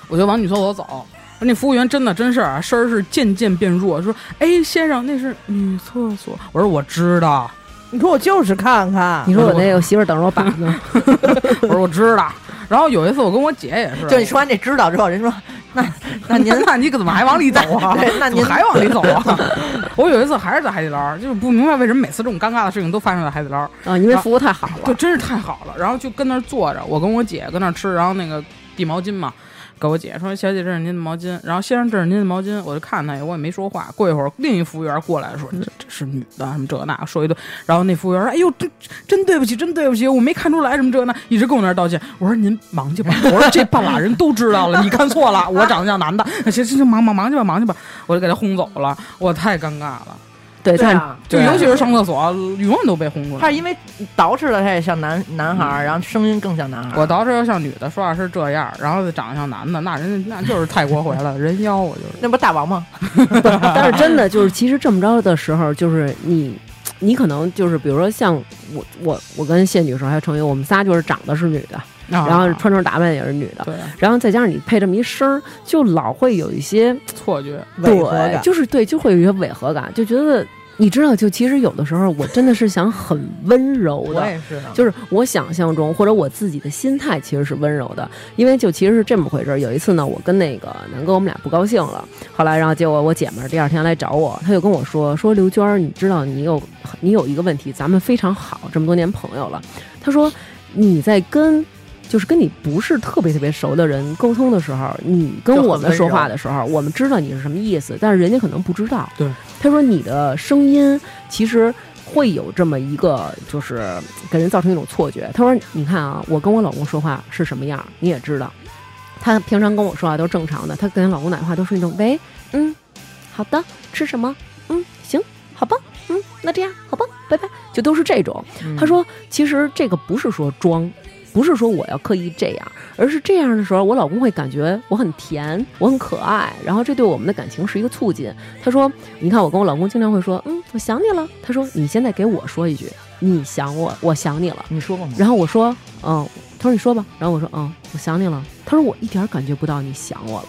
我就往女厕所走。那服务员真的真事儿啊，声儿是渐渐变弱，说：“哎，先生，那是女厕所。”我说：“我知道。你说我就是看看你，说嗯我那有媳妇儿等着我爸呢，” 我说：“我知道。”然后有一次我跟我姐也是，就你说完这知道之后，人说那那您那你可怎么还往里走啊？对 那怎么您还往里走啊？ 我有一次还是在海底捞，就是不明白为什么每次这种尴尬的事情都发生在海底捞， 啊，因为服务太好就了。真是太好了。然后就跟那儿坐着，我跟我姐跟那儿吃，然后那个递毛巾嘛，给我姐说：“小姐，这是您的毛巾。”然后先生，这是您的毛巾。我就看他一眼，我也没说话。过一会儿，另一服务员过来说：“这这是女的，什么这那，说一顿。”然后那服务员说：“哎呦，真真对不起，真对不起，我没看出来什么这那，一直跟我那儿道歉。”我说：“您忙去吧。”我说：“这半拉人都知道了，你看错了，我长得像男的。行行行，忙忙忙去吧，忙去吧。”我就给他轰走了，我太尴尬了。 对，对但啊，就对尤其是上厕所，永远都 被轰出他来。是因为捯饬的，他也像男男孩儿，然后声音更像男孩儿。我捯饬要像女的，说话是这样，然后长得像男的，那人那就是泰国回来了，人妖我就是。那不是大王吗？但是真的就是，其实这么着的时候，就是你，你可能就是，比如说像我，我，我跟谢女士还有程宇，我们仨就是长得是女的，然然后穿着打扮也是女的，啊对然后再加上你配这么一声儿，就老会有一些错觉，违和感对，就是对，就会有一些违和感，就觉得你知道，就其实有的时候我真的是想很温柔的，是，就是我想象中或者我自己的心态其实是温柔的，因为就其实是这么回事儿。有一次呢，我跟那个南哥我们俩不高兴了，后来然后结果我姐们儿第二天来找我，她就跟我说说刘娟儿，你知道你有你有一个问题，咱们非常好，这么多年朋友了，她说你在跟。就是跟你不是特别特别熟的人沟通的时候，你跟就很我们温说柔话的时候，我们知道你是什么意思，但是人家可能不知道。对，她说你的声音其实会有这么一个，就是给人造成一种错觉。她说：“你看啊，我跟我老公说话是什么样儿，你也知道。她平常跟我说话都是正常的，她跟老公打电话都是那种喂，嗯，好的，吃什么？嗯，行，好吧，嗯，那这样，好吧，拜拜，就都是这种。她说，其实这个不是说装。”不是说我要刻意这样，而是这样的时候，我老公会感觉我很甜，我很可爱，然后这对我们的感情是一个促进。她说：“你看，我跟我老公经常会说，嗯，我想你了。”她说：“你现在给我说一句，你想我，我想你了。你说过吗？然后我说，嗯，他说你说吧。然后我说，嗯，我想你了。他说我一点儿感觉不到你想我了。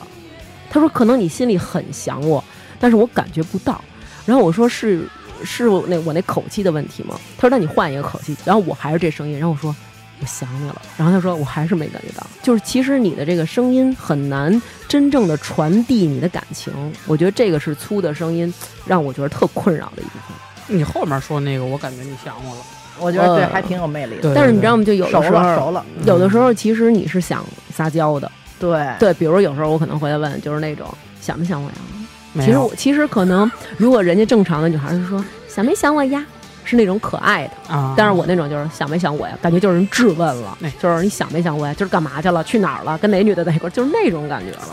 他说可能你心里很想我，但是我感觉不到。然后我说是是我那我那口气的问题吗？他说那你换一个口气。然后我还是这声音。然后我说我想你了。然后他说我还是没感觉到。就是其实你的这个声音很难真正的传递你的感情。我觉得这个是粗的声音让我觉得特困扰的一部分。你后面说那个，我感觉你想我了。我觉得对，呃还挺有魅力的。对但是你知道吗？就有熟的时了，熟嗯候。了，有的时候，其实你是想撒娇的，对，对，比如有时候我可能回来问，就是那种想没想我呀？没其实有我其实可能，如果人家正常的女孩是说想没想我呀，是那种可爱的，啊，但是我那种就是想没想我呀，感觉就是人质问了哎，就是你想没想我呀，就是干嘛去了，去哪儿了，跟哪女的在一块儿，就是那种感觉了。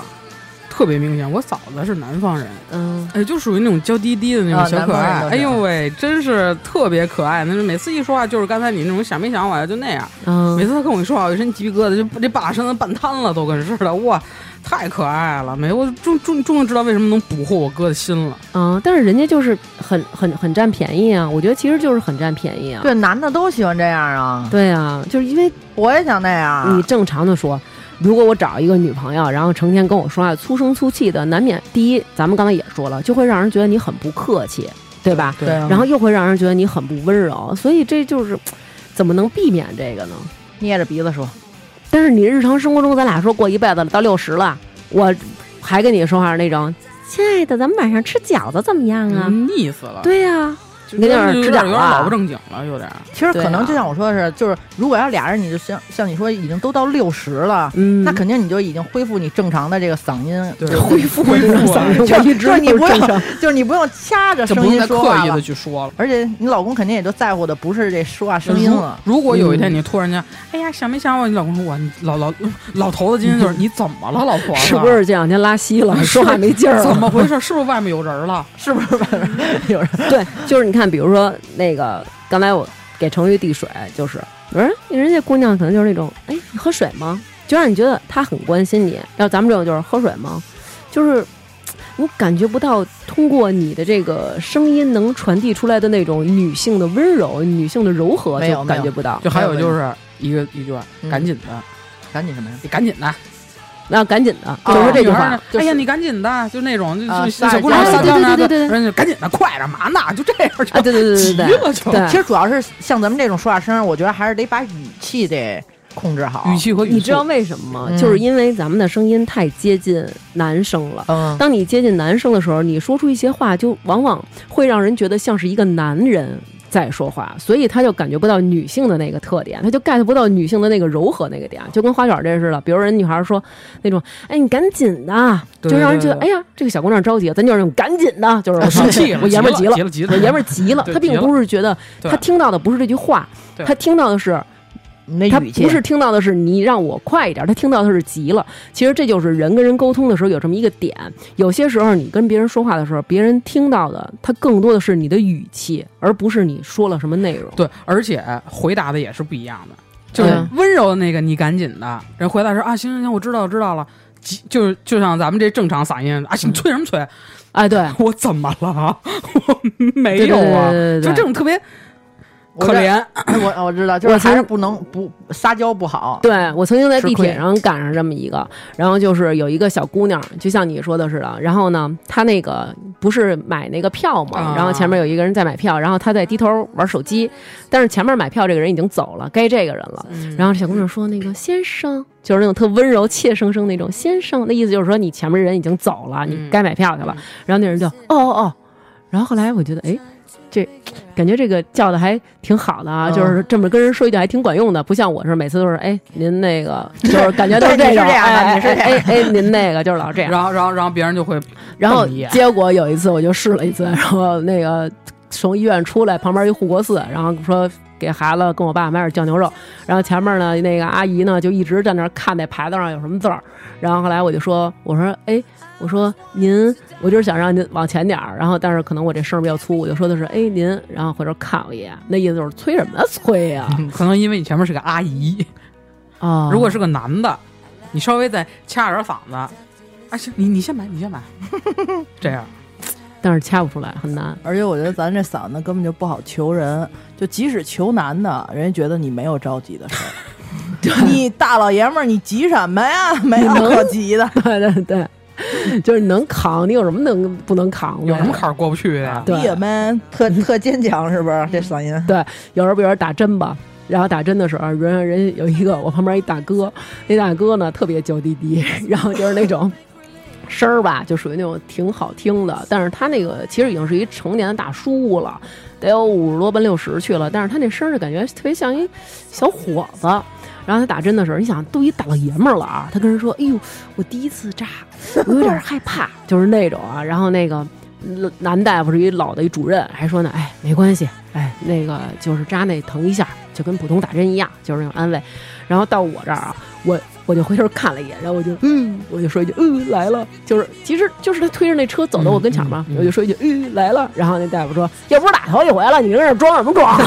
特别明显，我嫂子是南方人，嗯，哎，就属于那种娇滴滴的那种啊小可南方人爱。都哎是呦喂，真是特别可爱。那是每次一说话就是刚才你那种想没想我呀，就那样。每嗯，次她跟我一说话，我一身鸡皮疙瘩，就这半拉身子半瘫了，都跟似的。哇，太可爱了！没，我终终终于知道为什么能捕获我哥的心了。嗯，但是人家就是很很很占便宜啊，我觉得其实就是很占便宜啊。对，男的都喜欢这样啊，对啊，就是因为我也想那样。啊你正常的说，如果我找一个女朋友，然后成天跟我说话粗声粗气的，难免第一，咱们刚才也说了，就会让人觉得你很不客气，对吧？对啊，然后又会让人觉得你很不温柔，所以这就是怎么能避免这个呢？捏着鼻子说，但是你日常生活中，咱俩说过一辈子了，到六十了，我还跟你说话那种，亲爱的，咱们晚上吃饺子怎么样嗯啊？腻死了，对呀、就你那点儿有吃点点儿有点了老不正经了，有点儿。其实对可能啊就像我说的是，就是如果要俩人，你就像像你说已经都到六十了，嗯，那肯定你就已经恢复你正常的这个嗓音，对就恢复恢这种复了嗓音， 就 我一直就是你都不正用常 就是你不用掐着就声不用音再说刻话意的了。去说了。而且你老公肯定也就在乎的不是这说话声音了，如果有一天你突然间，哎呀，想没想我？你老公说我你老老老头子今天就是你怎么了，老婆子？是不是这两天拉稀 了，说话没劲儿了怎？么回事？是不是外面有人了？是不是？有人 对，就是你看，比如说那个刚才我给程昱递水，就是我说人家姑娘可能就是那种，哎，你喝水吗？就让你觉得她很关心你。要咱们这种就是喝水吗？就是你感觉不到通过你的这个声音能传递出来的那种女性的温柔、女性的柔和，没有就没有感觉不到。就还有就是一个一句话，嗯赶紧的，赶紧什么呀？你赶紧的，那赶紧的，哦就说这句女孩儿话呢。哎呀，你赶紧的，就那种就啊就撒小姑娘娇撒娇哎呢，对对对对对人家就赶紧的，快点嘛呢？就这样就啊，对对对对对急 对了就对，其实主要是像咱们这种说话声，我觉得还是得把语气得控制好。语，气和语速你知道为什么吗？嗯就是因为咱们的声音太接近男声了。嗯，当你接近男生的时候，你说出一些话，就往往会让人觉得像是一个男人在说话，所以他就感觉不到女性的那个特点，他就 get 不到女性的那个柔和那个点，就跟花卷这似的。比如人女孩说那种，哎，你赶紧的，对就让人觉对得，对哎呀，这个小姑娘着急，咱就是那种赶紧 的，就是我生气了我 爷们儿急了了，急了急了我爷们儿急了。 对他并急了不是觉得对他听到的不是这句话，对他听到的是。你那他语气不是听到的是你让我快一点，他听到的是急了。其实这就是人跟人沟通的时候有这么一个点，有些时候你跟别人说话的时候，别人听到的他更多的是你的语气，而不是你说了什么内容。对，而且回答的也是不一样的，就是嗯温柔的那个你赶紧的，人回答说啊行行行，我知道我知道了。急就是就像咱们这正常嗓音啊，你催什么催？ 哎，对，我怎么了？ 我没有啊，对对对对对就这种特别我可这 怜。我我知道，就是我曾还是不能不撒娇不好。对我曾经在吃地铁亏上赶上这么一个，然后就是有一个小姑娘，就像你说的似的，然后呢，她那个不是买那个票嘛啊，然后前面有一个人在买票，然后她在低头玩手机，但是前面买票这个人已经走了，该这个人了。嗯然后小姑娘说：“那个先生，嗯 就是那种特温柔、怯生生那种先生，那意思就是说你前面人已经走了，你嗯该买票去了。然后那人就哦哦哦，然后后来我觉得，哎，这感觉这个叫的还挺好的啊，就是这么跟人说一句还挺管用的，不像我是每次都是哎您那个，就是感觉都对这你是种，这样的哎你是哎这哎哎您那个就是老这样。然后然后然后别人就会然后瞪你眼结果有一次我就试了一 次，然后那个从医院出来，旁边一护国寺，然后说给孩子跟我爸买点酱牛肉，然后前面呢那个阿姨呢就一直在那儿看那牌子上有什么字儿，然后后来我就说我说哎我说您我就是想让您往前点儿，然后但是可能我这声儿比较粗，我就说的是哎您，然后回头看我一眼，那意思就是催什么催呀、嗯可能因为你前面是个阿姨，啊？如果是个男的，你稍微再掐点嗓子，啊行，你你先买，你先买， 这样但是掐不出来很难， 而且我觉得咱这嗓子根本就不好求人，就即使求男的，人家觉得你没有着急的事 儿。你大老爷们儿，你急什么 呀？没有可急的。对对对，就是能扛，你有什么能不能扛的？有什么坎儿过不去的啊呀？对也哎 man，特特坚强是不是？这嗓音，对，有时候比如说打针吧，然后打针的时候，人人有一个我旁边一大哥，那大哥呢特别娇滴滴，然后就是那种声儿吧，就属于那种挺好听的，但是他那个其实已经是一成年的大叔了，得有五十多奔六十去了，但是他那声儿就感觉特别像一小伙子。然后他打针的时候，你想都一大老爷们儿了啊，他跟人说：“哎呦，我第一次扎，我有点害怕，就是那种啊。”然后那个嗯男大夫是一老的一主任，还说呢，哎，没关系，哎，那个就是扎那疼一下，就跟普通打针一样，就是那种安慰。然后到我这儿啊，我我就回头看了一眼，然后我就嗯，我就说一句嗯来了，就是其实就是他推着那车走到我跟前儿嘛，我就说一句嗯来了。然后那大夫说，要不是打头一回了，你跟这儿装什么装？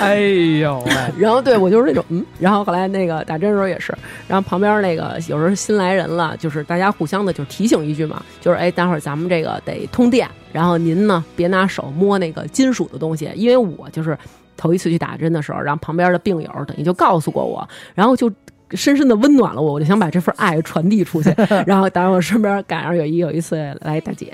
哎呦喂，然后对我就是那种嗯，然后后来那个打针的时候也是，然后旁边那个有时候新来人了，就是大家互相的就提醒一句嘛，就是哎，待会儿咱们这个得通电，然后您呢别拿手摸那个金属的东西，因为我就是头一次去打针的时候，然后旁边的病友等于就告诉过我，然后就。深深的温暖了我，我就想把这份爱传递出去。然后，当然我身边赶上有一有一次来大姐，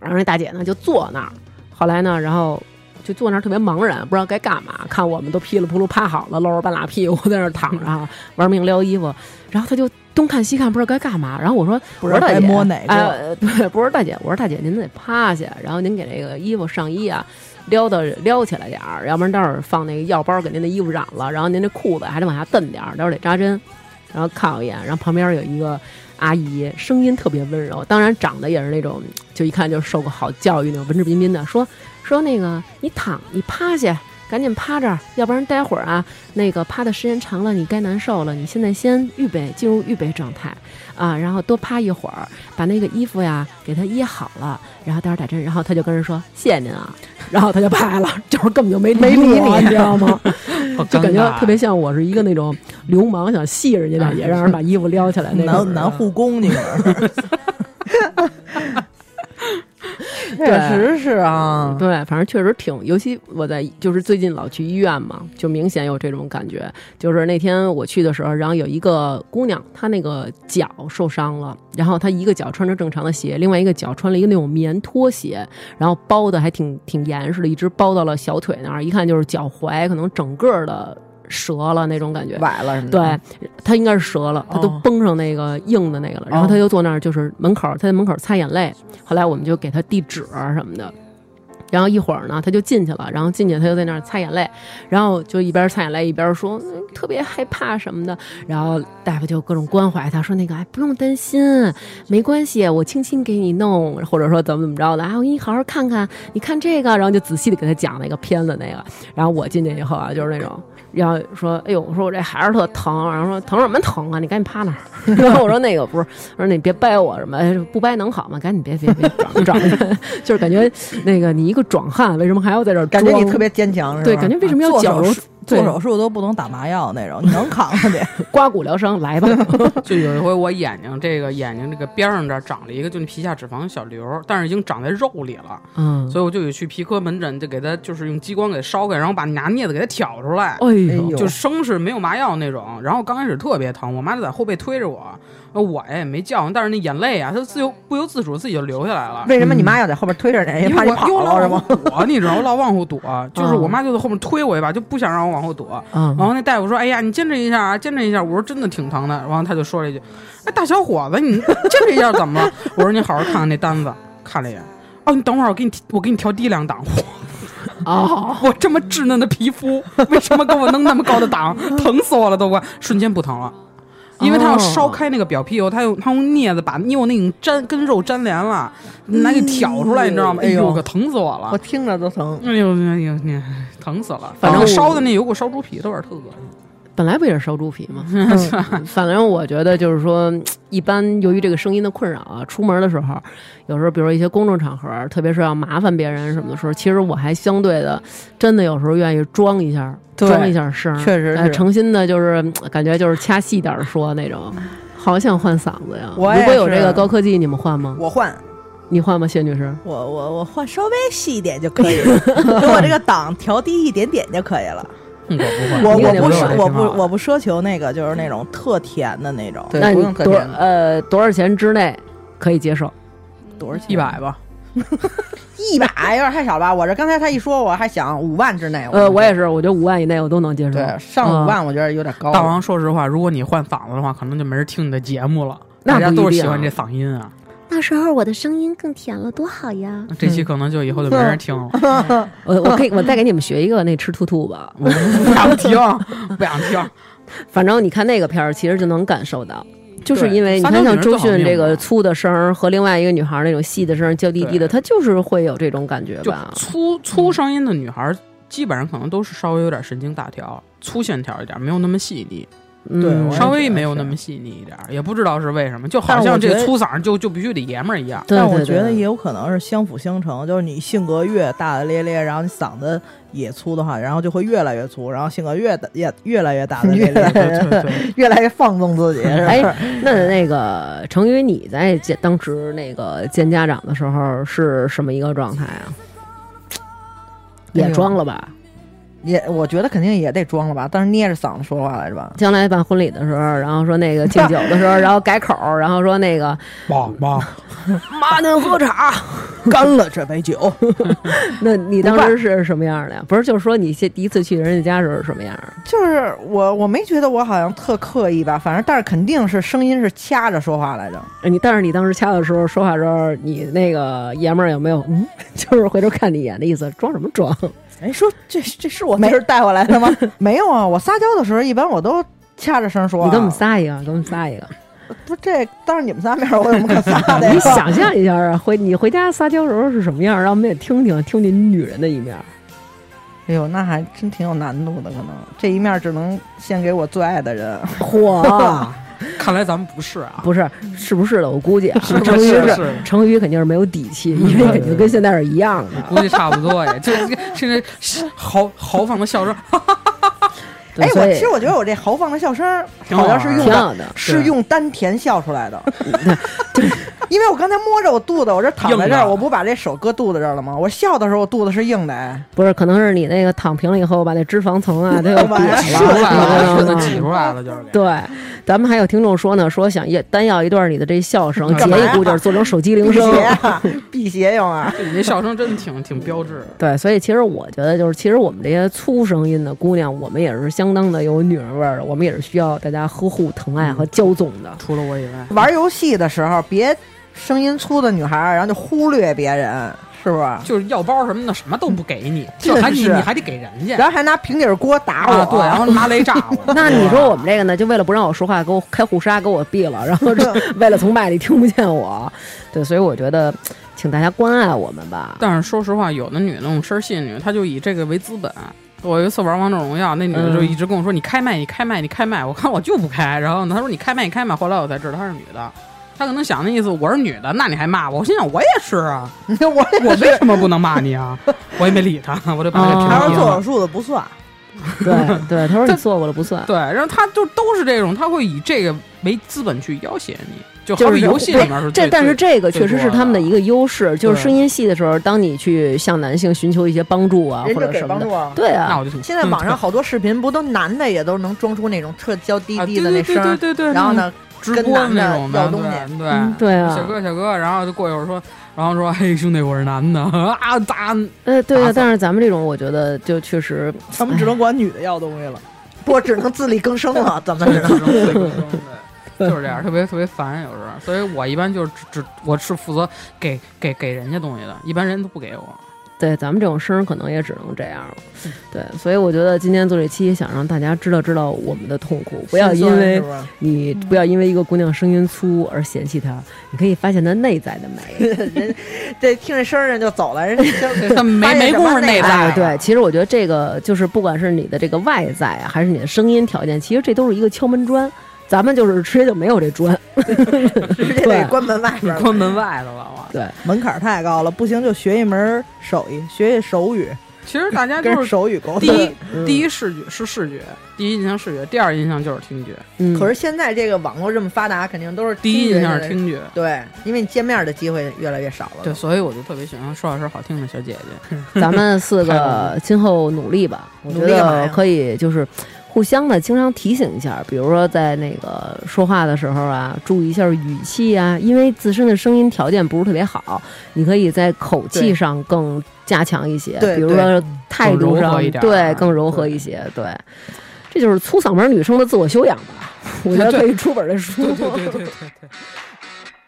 然后那大姐呢就坐那儿，后来呢，然后就坐那儿特别茫然，不知道该干嘛。看我们都噼里扑噜趴好了，露着半拉屁股在那儿躺着啊，玩命撩衣服。然后她就东看西看，不知道该干嘛。然后我说：“ 不知道我说大姐该摸哪个哎对， 不是大姐，我说大姐，您得趴下，然后您给这个衣服上衣啊撩到撩起来点儿，要不然待会儿放那个药包给您的衣服染了，然后您这裤子还得往下蹬点儿，待会儿得扎针。”然后看我一眼，然后旁边有一个阿姨，声音特别温柔，当然长得也是那种就一看就受过好教育那种文质彬彬的，说说那个你躺你趴下，赶紧趴这儿，要不然待会儿啊，那个趴的时间长了你该难受了，你现在先预备进入预备状态啊，然后多趴一会儿，把那个衣服呀给它掖好了，然后待会儿打针，然后他就跟人说谢谢您啊，然后他就拍了， 就是根本就没没理我，你知道吗？好就尴感觉尬特别像我是一个那种流氓，想戏人家的，也让人把衣服撩起来那种。男男护工，你们确实是嗯啊。对，反正确实挺，尤其我在就是最近老去医院嘛，就明显有这种感觉。就是那天我去的时候，然后有一个姑娘，她那个脚受伤了，然后她一个脚穿着正常的鞋，另外一个脚穿了一个那种棉拖鞋，然后包的还挺挺严实的，一直包到了小腿那儿，一看就是脚踝可能整个的。折了那种感觉。崴了什么的。嗯对，他应该是折了，他都哦绷上那个硬的那个了，然后哦他就坐那儿，就是门口，他在门口擦眼泪。后来我们就给他递纸啊什么的，然后一会儿呢，他就进去了，然后进去他就在那儿擦眼泪，然后就一边擦眼泪一边说、嗯特别害怕什么的，然后大夫就各种关怀他，说那个哎不用担心，没关系，我轻轻给你弄，或者说怎么怎么着的啊，我给你好好看看，你看这个，然后就仔细的给他讲那个片子那个，然后我进去以后啊，就是那种。然后说，哎呦，我说我这孩子特疼，然后说疼什么疼啊？你赶紧趴那儿。然后我说那个不是，我说你别掰我什么，哎不掰能好吗？赶紧别别别转转，就是感觉那个你一个壮汉，为什么还要在这儿感觉你装特别坚强，是吧？对，感觉为什么要啊做矫手揉术做手术都不能打麻药那种，你能扛上去？ 刮骨疗伤？来吧，就有一回我眼睛这个眼睛这个边上这儿长了一个，就皮下脂肪小瘤儿，但是已经长在肉里了，嗯，所以我就得去皮科门诊，就给他就是用激光给烧开，然后把拿镊子给他挑出来。哎呦，就生是没有麻药那种，然后刚开始特别疼，我妈就在后背推着我，呃我呀也没叫，但是那眼泪啊，它自由不由自主自己就流下来了。为什么你妈要在后边推着你，因怕为你我跑又老了是往吗？嗯后躲，你知道，我老往后躲，就是我妈就在后面推我一把，就不想让我往后躲。嗯然后那大夫说：“哎呀，你坚持一下啊，坚持一下。”我说：“真的挺疼的。”然后他就说了一句：“哎，大小伙子，你坚持一下怎么了？” 我说：“你好好看看那单子。”看了一眼，哦，你等会儿，我给你我给你调低两档。哦，我这么稚嫩的皮肤，为什么给我弄那么高的档？ 疼死我了都快，瞬间不疼了。因为他要烧开那个表皮以后，他用他用镊子把，因为我那已经粘跟肉粘连了，拿给挑出来，你知道吗？哎呦，可疼死我了！我听着都疼。哎呦，哎呦，你疼死了！反正我烧的那油给我烧猪皮都有点特恶心。本来不也是烧猪皮 吗？反正我觉得就是说，一般由于这个声音的困扰啊，出门的时候，有时候比如说一些公众场合，特别是要麻烦别人什么的时候，其实我还相对的，真的有时候愿意装一下，对装一下声儿，确实是哎诚心的，就是嗯感觉就是掐细点儿说那 种。好想换嗓子呀！我也如果有是这个高科技，你们换吗？我换，你换吗，谢女士？我我我换稍微细一点就可以 了，给我这个档调低一点点就可以了。我不我你我也不得是换我不我不奢求那个就是那种特甜的那种，那对，不你用特多甜。呃多少钱之内可以接受？多少钱？啊一百吧，一百有点太少吧？我这刚才他一说，我还想五万之内。呃，我也是，我觉得五万以内我都能接受。对上五万，我觉得有点哦高。大王，说实话，如果你换嗓子的话，可能就没人听你的节目了。那大家不一都是喜定欢这嗓音啊，到时候我的声音更甜了，多好呀！这嗯期可能就以后就没人听了。 我我可以，我再给你们学一个那吃兔兔吧。我不想听，不想 听。反正你看那个片儿，其实就能感受到，就是对因为你撒看娇像女人周最好迅命这个了粗的声儿和另外一个女孩儿那种细的声儿娇滴滴的，对她就是会有这种感觉就吧？粗粗声音的女孩儿，基本上可能都是稍微有点神经大条、粗线条一点，没有那么细腻，对嗯我也，稍觉微得没有是那么细腻一点，也不知道是为什么，就但好是我像觉这得粗嗓儿就就必须得爷们儿一样。对但我对觉得对也有可能是相辅相成，就是你性格越大大咧咧，然后你嗓子也粗的话，然后就会越来越粗，然后性格越大也越来越大大 咧对咧。对对，越来越放纵自己，是吧哎，那那个成宇，你在见当时那个见家长的时候是什么一个状态啊？也哎呦装了吧？也我觉得肯定也得装了吧，但是捏着嗓子说话来着吧。将来办婚礼的时候，然后说那个敬酒的时候，然后改口，然后说那个妈妈，妈您喝茶。干了这杯 酒，那你当时是什么样的呀？不是，就是说你先第一次去人家家时候是什么样儿？就是我，我没觉得我好像特刻意吧，反正但是肯定是声音是掐着说话来着。哎你但是你当时掐的时候，说话时候，你那个爷们儿有没有嗯， 就是回头看你一眼的意思？装什么装？哎，说这哦这是我没没人带回来的吗？ 没有啊，我撒娇的时候一般我都掐着声说、啊。你给我们仨一个，给我们仨一个。不是这当着你们仨面儿，我有什么可撒的呀？你想象一下啊，回你回家撒娇时候是什么样儿？让我们也听听，听听女人的一面儿。哎呦，那还真挺有难度的，可能这一面只能献给我最爱的人。嚯， 看来咱们不是 啊，不是，是不是的？我估计啊，是成宇是是 是成宇肯定是没有底气，因为肯定跟现在是一样的。估计差不多也，就现在豪豪放的笑声，对哎，我所以其实我觉得我这豪放的笑声儿挺好好玩儿像是用挺的好的，是用丹田笑出来的， 因为我刚才摸着我肚子，我这躺在这硬儿，的我不把这手搁肚子这儿了吗？我笑的时候，我肚子是硬的，哎不是，可能是你那个躺平了以后，把那脂肪层 啊，它又完了瘪出来了，了嗯是的，挤出来了，就是给。对，咱们还有听众说呢，说想要单要一段你的这笑声，截干嘛一估计是做成手机铃辟 声邪。啊，辟邪用啊！这你这笑声真的挺挺标志的。对，所以其实我觉得，就是其实我们这些粗声音的姑娘，我们也是相当的有女人味儿的，我们也是需要大家呵护、疼爱嗯和骄纵 的。除了我以外，玩游戏的时候，别声音粗的女孩儿，然后就忽略别人，是不是？就是药包什么的，什么都不给你，真就是还你你还得给人家然后还拿平底儿锅打我，啊，对，然后拿雷炸 我。那你说我们这个呢，就为了不让我说话，给我开护杀，给我闭了， 然后这为了从麦里听不见我，对，所以我觉得，请大家关爱我们吧。但是说实话，有的女的那种声儿细的女，她就以这个为资本。我有一次玩王者荣耀，那女的就嗯一直跟我说：“你开麦，你开麦，你开麦。”我看我就不开，然后呢，她说：“你开麦，你开麦。”后来我才知道她是女的，她可能想那意思我是女的，那你还骂我？我心想我也是啊， 我我为什么不能骂你啊？我也没理她，我就把她嗯给哦他屏蔽说做了手。术的不算，对对， 他说你这做过了不算，对，然后她就都是这种，她会以这个为资本去要挟你，就就好是比哦游戏里面是这，最但是这个确实是他们的一个个优势，就是对声音细的时候，当你去向男性寻求一些帮助啊人或家者给什么帮的助，啊。对那啊，我就挺现在网上好多视频，不都男的也都能装出那种特娇滴啊滴的对那对声儿对，对对，然后呢，直播的那种的，跟男的要对对、嗯对啊小哥小哥，然后就过一会儿说，然后说嘿兄弟我是男的 啊打呃，对打啊扫，但是咱们这种，我觉得就确实，他们只能管女的要东西了。我只能自力更生了，怎么就是是呢？这种对对就是这样，特别特别烦，有时候，所以我一般就是只只我是负责给给给人家东西的，一般人都不给我。对咱们这种声儿可能也只能这样了。嗯对，所以我觉得今天做这期，想让大家知道知道我们的痛苦， 不要心因酸为是。吧你不要因为一个姑娘声音粗而嫌弃她，你可以发现她内在的美。这听这声儿人就走了，人家就他没没工夫内在哎，对，其实我觉得这个就是不管是你的这个外在啊，还是你的声音条件，其实这都是一个敲门砖。咱们就是直接就没有这砖，直接得关门外边儿。关门外头了，我。对，门槛儿太高了，不行就学一门手艺，学一手语，其实大家就跟是手语沟第通。一第一视觉是视觉，第一印象视觉，第二印象就是听觉，嗯，可是现在这个网络这么发达，肯定都是第一听印觉象的是啊听觉。对，因为你见面的机会越来越少了。对，所以我就特别喜欢说话声好听的小姐姐。 咱们四太好个今后努力 吧，我觉努力干嘛得呀可哎以就是互相的经常提醒一下，比如说在那个说话的时候啊，注意一下语气啊，因为自身的声音条件不是特别好，你可以在口气对上更加强一些，对比如说态度更柔上和一点啊对更柔和对一些，对，这就是粗嗓门女生的自我修养吧，我觉得可以出本儿的书。对对对对。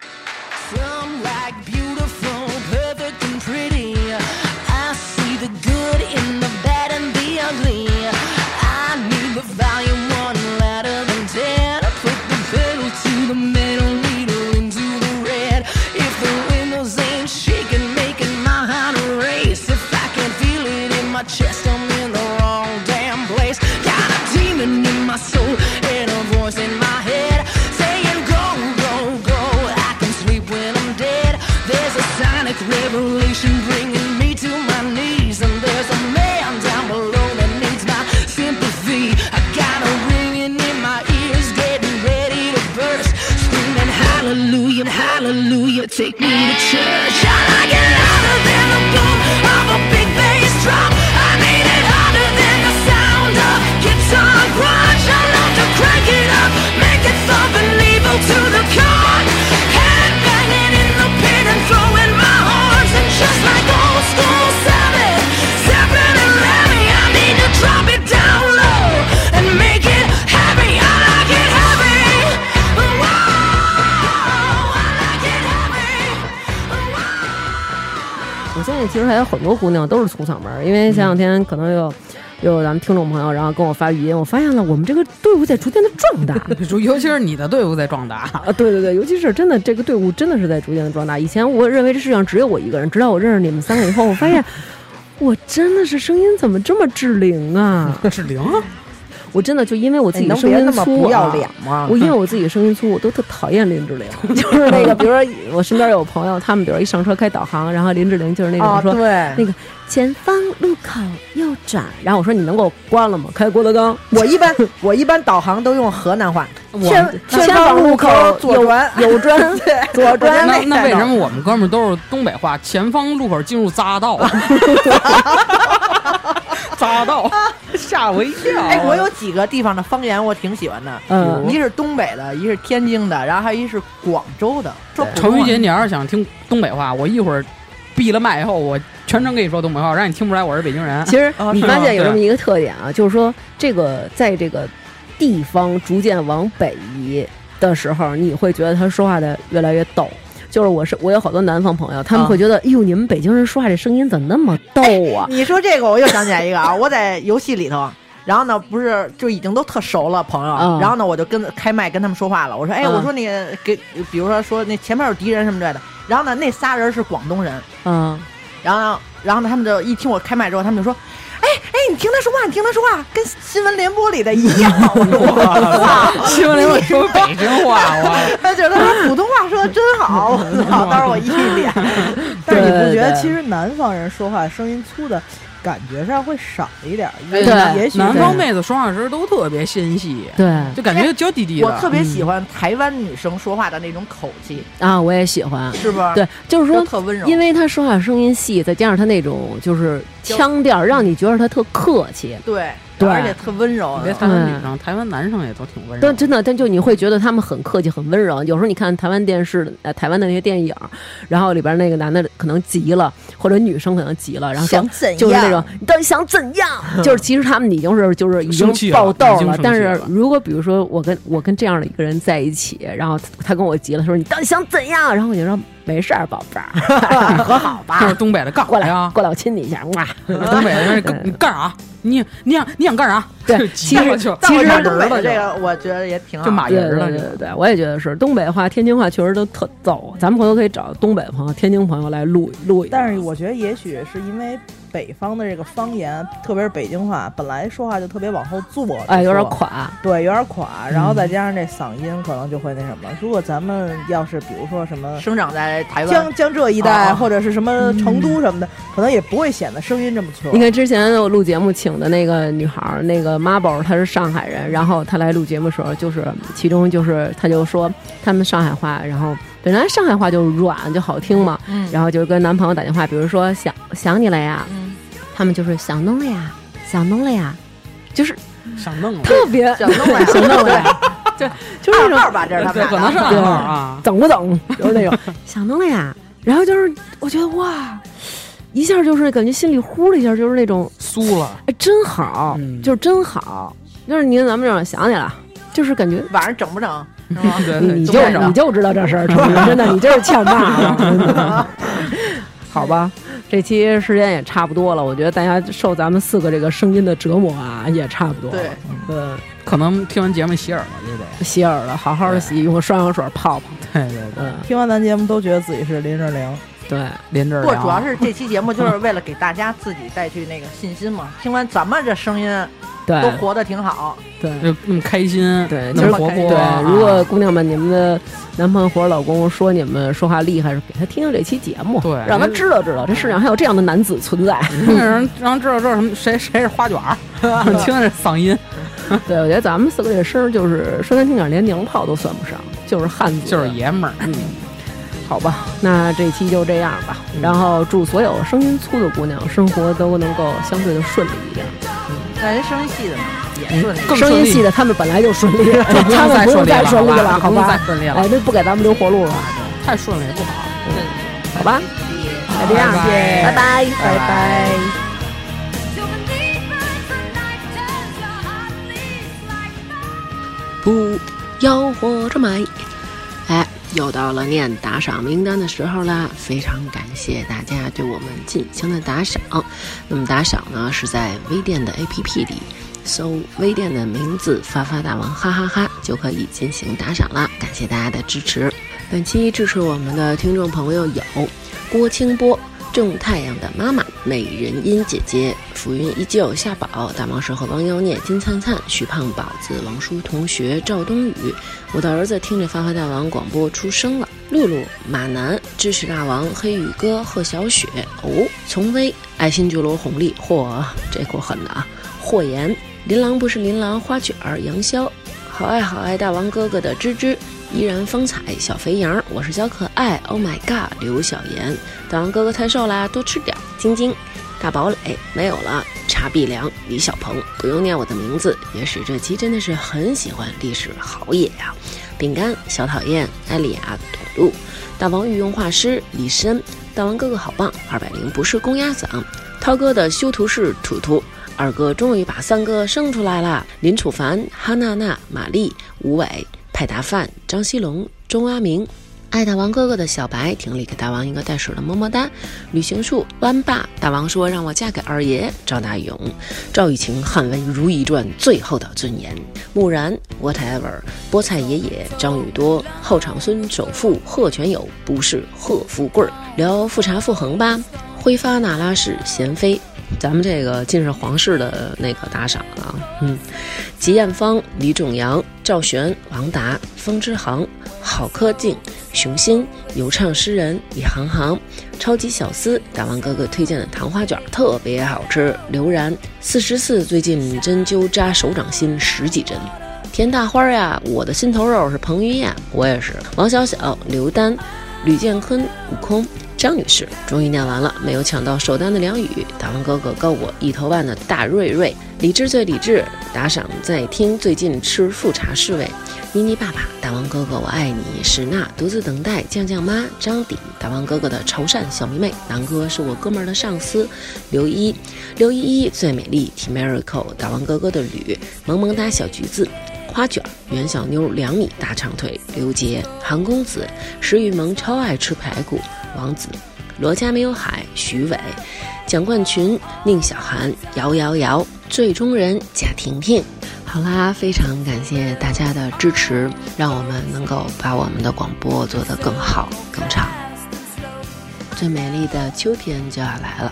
Some like beautiful, perfect, and pretty. I see the good in the bad and the ugly. I need the volume one louder than ten. Put the pedal to the metal, needle into the red. If the windows ain't shaking, making my heart race. If I can feel it in my chest, I'm in the wrong damn place. Got a demon in my soul and a voice in my head saying, Go, go, go. I can sleep when I'm dead. There's a sonic revelation bringing me to my knees, and there's a man down below that needs my sympathy. I got a ringing in my ears, getting ready to burst, screaming hallelujah, hallelujah. Take me to church. I like it louder than the boom of a big bass drum. I need it harder than the sound of guitar grunge. I love to crank it up, make it thump and leave 'em to the con. Head banging in the pit and throwing my horns. And just like old school Sabbath, Zeppelin and Lemmy, I need to drop it down low and make it happy. I like it happy. Whoa, I like it happy. Whoa. 我现在其实还有很多姑娘都是粗嗓门儿，因为前两天可能有有咱们听众朋友，然后跟我发语音，我发现了我们这个队伍在逐渐的壮大 尤尤其是你的队伍在壮大， 啊！对对对，尤其是真的这个队伍真的是在逐渐的壮大。以前我认为这世界上只有我一个人，直到我认识你们三个以后， 我发现我真的是声音怎么这么志玲啊！志玲，我真的就因为哎我自己能声别音那么粗、啊，不要脸吗？我因为我自己声音粗，我都特讨厌林志玲。 就是那个，比如说我身边有朋友，他们比如一上车开导航，然后林志玲就是那种啊，说、对，那个前方路口右转，然后我说你能给我关了吗？开郭德纲，啊我一般 我一般导航都用河南话，我千千方方路路口口左转， 右转左转那个那才为什能么我们哥们儿都是东北话？前方路口进入匝 道，匝道吓我一跳。哎，我有几个地方的方言我挺喜欢的，嗯一是东北的，一是天津的，然后还有一是广州的。说普程通雨话姐，你要是想听东北话，我一会儿闭了麦以后，我全程跟你说东北话，让你听不出来我是北京人。其实啊你是发吗现有对这么一个特点啊，就是说这个在这个地方逐渐往北移的时候，你会觉得他说话的越来越逗。就是我是我有好多南方朋友，他们啊会觉得，哎呦，你们北京人说话这声音怎么那么逗 啊？你说这个我又想起来一个啊，我在游戏里头。啊然后呢，不是就已经都特熟了朋友，啊嗯然后呢，我就跟开麦跟他们说话了。我说，哎，嗯我说你给，比如说说那前面有敌人什么之类的。然后呢，那仨人是广东人，嗯，然后呢，然后呢，他们就一听我开麦之后，他们就说，哎哎，你听他说话，你听他说话，跟新闻联播里的一样。我操！新闻里我说北京话，我他觉得他普通话说的真好，我操！当时我一脸，但是对你不觉得对其实南方人说话声音粗的感觉上会少一点儿？哎对也 许南是方妹子说话时都特别纤细，对就感觉娇滴滴的。我特别喜欢台湾女生说话的那种口气，啊，我也喜欢。是不是？对，就是都说，特温柔。因为他说话声音细，再加上他那种就是腔调，让你觉得他特客气。对对而且特温柔。 别台湾女生，台湾男生嗯也都挺温柔但。真的，但就你会觉得他们很客气、很温柔。有时候你看台湾电视的、呃，台湾的那些电影，然后里边那个男的可能急了，或者女生可能急了，然后说想怎样就是那种你到底想怎 样？就是其实他们已经是就是已生气经了爆已痘经了生，但气是了如果比如说我跟我跟这样的一个人在一起，然后他他跟我急了，说你到底想怎样？然后我就说没事儿，宝贝儿，和好就是吧，东北的杠过来哎呀，过来我亲你一下，哇！东北人干你干啥？你你想你想干啥？对急了 就但急我觉了得就东北的这就个，我觉得也挺好就。马云对对了对就。对对，我也觉得是东北话、天津话确实都特逗。咱们回头可以找东北朋友、天津朋友来录录一段。但是我觉得也许是因为北方的这个方言，特别是北京话，本来说话就特别往后坐，哎，有点垮。垮，对，有点垮，然后再加上这嗓音，可能就会那什么。如果咱们要是比如说什么生长在台湾江，江浙一带，啊或者是什么成都什么的，可能也不会显得声音这么粗。你看之前我录节目请的那个女孩儿，那个 Marble，她是上海人，然后她来录节目的时候，就是其中就是她就说他们上海话，然后本来上海话就软就好听嘛，嗯然后就跟男朋友打电话，比如说想想你了呀，嗯他们就是想弄了呀，想弄了呀，就是想弄了，特别想弄了呀 想弄了 呀，就就是那种二号吧，这是他对，们可俩能的。是暗号啊。等不等，就是那种想通了呀。然后就是我觉得哇，一下就是感觉心里呼的一下，就是那种酥了，哎真好，嗯就是真好。就是你看咱们这种想起来，就是感觉晚上整不整？是吗？对，你你对就这么你就知道这事儿，成真的你就是欠骂了 真 的。好吧，这期时间也差不多了，我觉得大家受咱们四个这个声音的折磨啊，也差不多了。 对，嗯，可能听完节目洗耳了，这得。洗耳了，好好的洗，用双氧水泡泡。对对对，嗯，听完咱节目都觉得自己是林志玲，对。连这儿不，聊主要是这期节目就是为了给大家自己带去那个信心嘛。听完咱们这声音，哎对都活得挺好。对，就那么开心，对那就是么活泼。啊对，如果姑娘们，你们的男朋友或者老公说你们说话厉害，是给他听听这期节目，对嗯让他知道知道这世上还有这样的男子存在。听着人让知道这是什么谁谁是花卷儿，听着这嗓音 对，我觉得咱们四个这声儿，就是说难听点儿，连娘炮都算不上，就是汉子，就是爷们儿。好吧。那这期就这样吧，嗯然后祝所有声音粗的姑娘生活都能够相对的顺利一点。那人声音细的呢，也顺利。更声顺音利细的他们本来就顺利， 就不他们用再不用顺利再了，顺利了，吧？好不用再吧？顺利哎了，，这不给咱们留活路了，太顺利不好。好吧？那这样，拜嗯拜拜拜。拜拜。不要活着买。哎，又到了念打赏名单的时候啦！非常感谢大家对我们进行的打赏。那么打赏呢是在微店的 APP 里搜微店的名字“发发大王哈哈哈”就可以进行打赏啦！感谢大家的支持。本期支持我们的听众朋友有郭清波、种太阳的妈妈，美人音姐姐，浮云依旧，夏宝，大蟒蛇和王妖孽，金灿灿，徐胖宝子，王叔同学，赵冬雨，我的儿子听着发发大王广播出生了，露露、马南、知识大王、黑羽哥、贺小雪、哦、丛威、爱新觉罗弘历，嚯，这够狠的啊！霍炎、琳琅不是琳琅，花卷儿、杨潇，好爱好爱大王哥哥的芝芝，依然风采小肥羊，我是小可爱，Oh my god，刘小妍，大王哥哥太瘦啦，多吃点儿，晶晶。大堡垒没有了，查必良、李小鹏不用念我的名字，也使这期真的是很喜欢历史好野呀、饼干、小讨厌、艾丽亚、董路、大王御用画师李深、大王哥哥好棒，二百零不是公鸭嗓，涛哥的修图是图图，二哥终于把三哥生出来啦！林楚凡、哈娜娜、玛丽、吴伟、派达范、张西龙、钟阿明。爱大王哥哥的小白，婷里给大王一个带水的么么哒。旅行树弯爸，大王说让我嫁给二爷。赵大勇，赵雨晴，汉文《如懿传》最后的尊严。木然，whatever，菠菜爷爷，张宇多，后场孙首富贺全友，不是贺富贵儿。聊富察傅恒吧，挥发那拉氏贤妃。咱们这个尽是皇室的那个打赏了啊，嗯，吉艳芳、李仲阳、赵璇、王达、风之航、郝柯静、熊心、有唱诗人李航航、超级小司、大王哥哥推荐的糖花卷特别好吃。刘然四十四最近针灸扎手掌心十几针。田大花呀，我的心头肉是彭于晏，我也是。王小小、刘丹、吕建坤、悟空、张女士，终于念完了，没有抢到首单的梁宇，大王哥哥高我一头半的大瑞瑞，理智最理智，打赏在听，最近吃富察侍卫，妮妮爸爸，大王哥哥我爱你，史娜独自等待，酱酱妈，张鼎，大王哥哥的潮汕小迷妹，南哥是我哥们儿的上司，刘一，刘依依最美丽，T Miracle，大王哥哥的吕，萌萌哒小橘子。花卷儿、袁小妞、两米大长腿、刘杰、韩公子、石雨萌超爱吃排骨、王子、罗家没有海、徐伟、蒋冠群、宁小涵、姚瑶瑶、最终人贾婷婷。好啦，非常感谢大家的支持，让我们能够把我们的广播做得更好、更长。最美丽的秋天就要来了，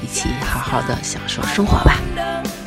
一起好好的享受生活吧。 Love.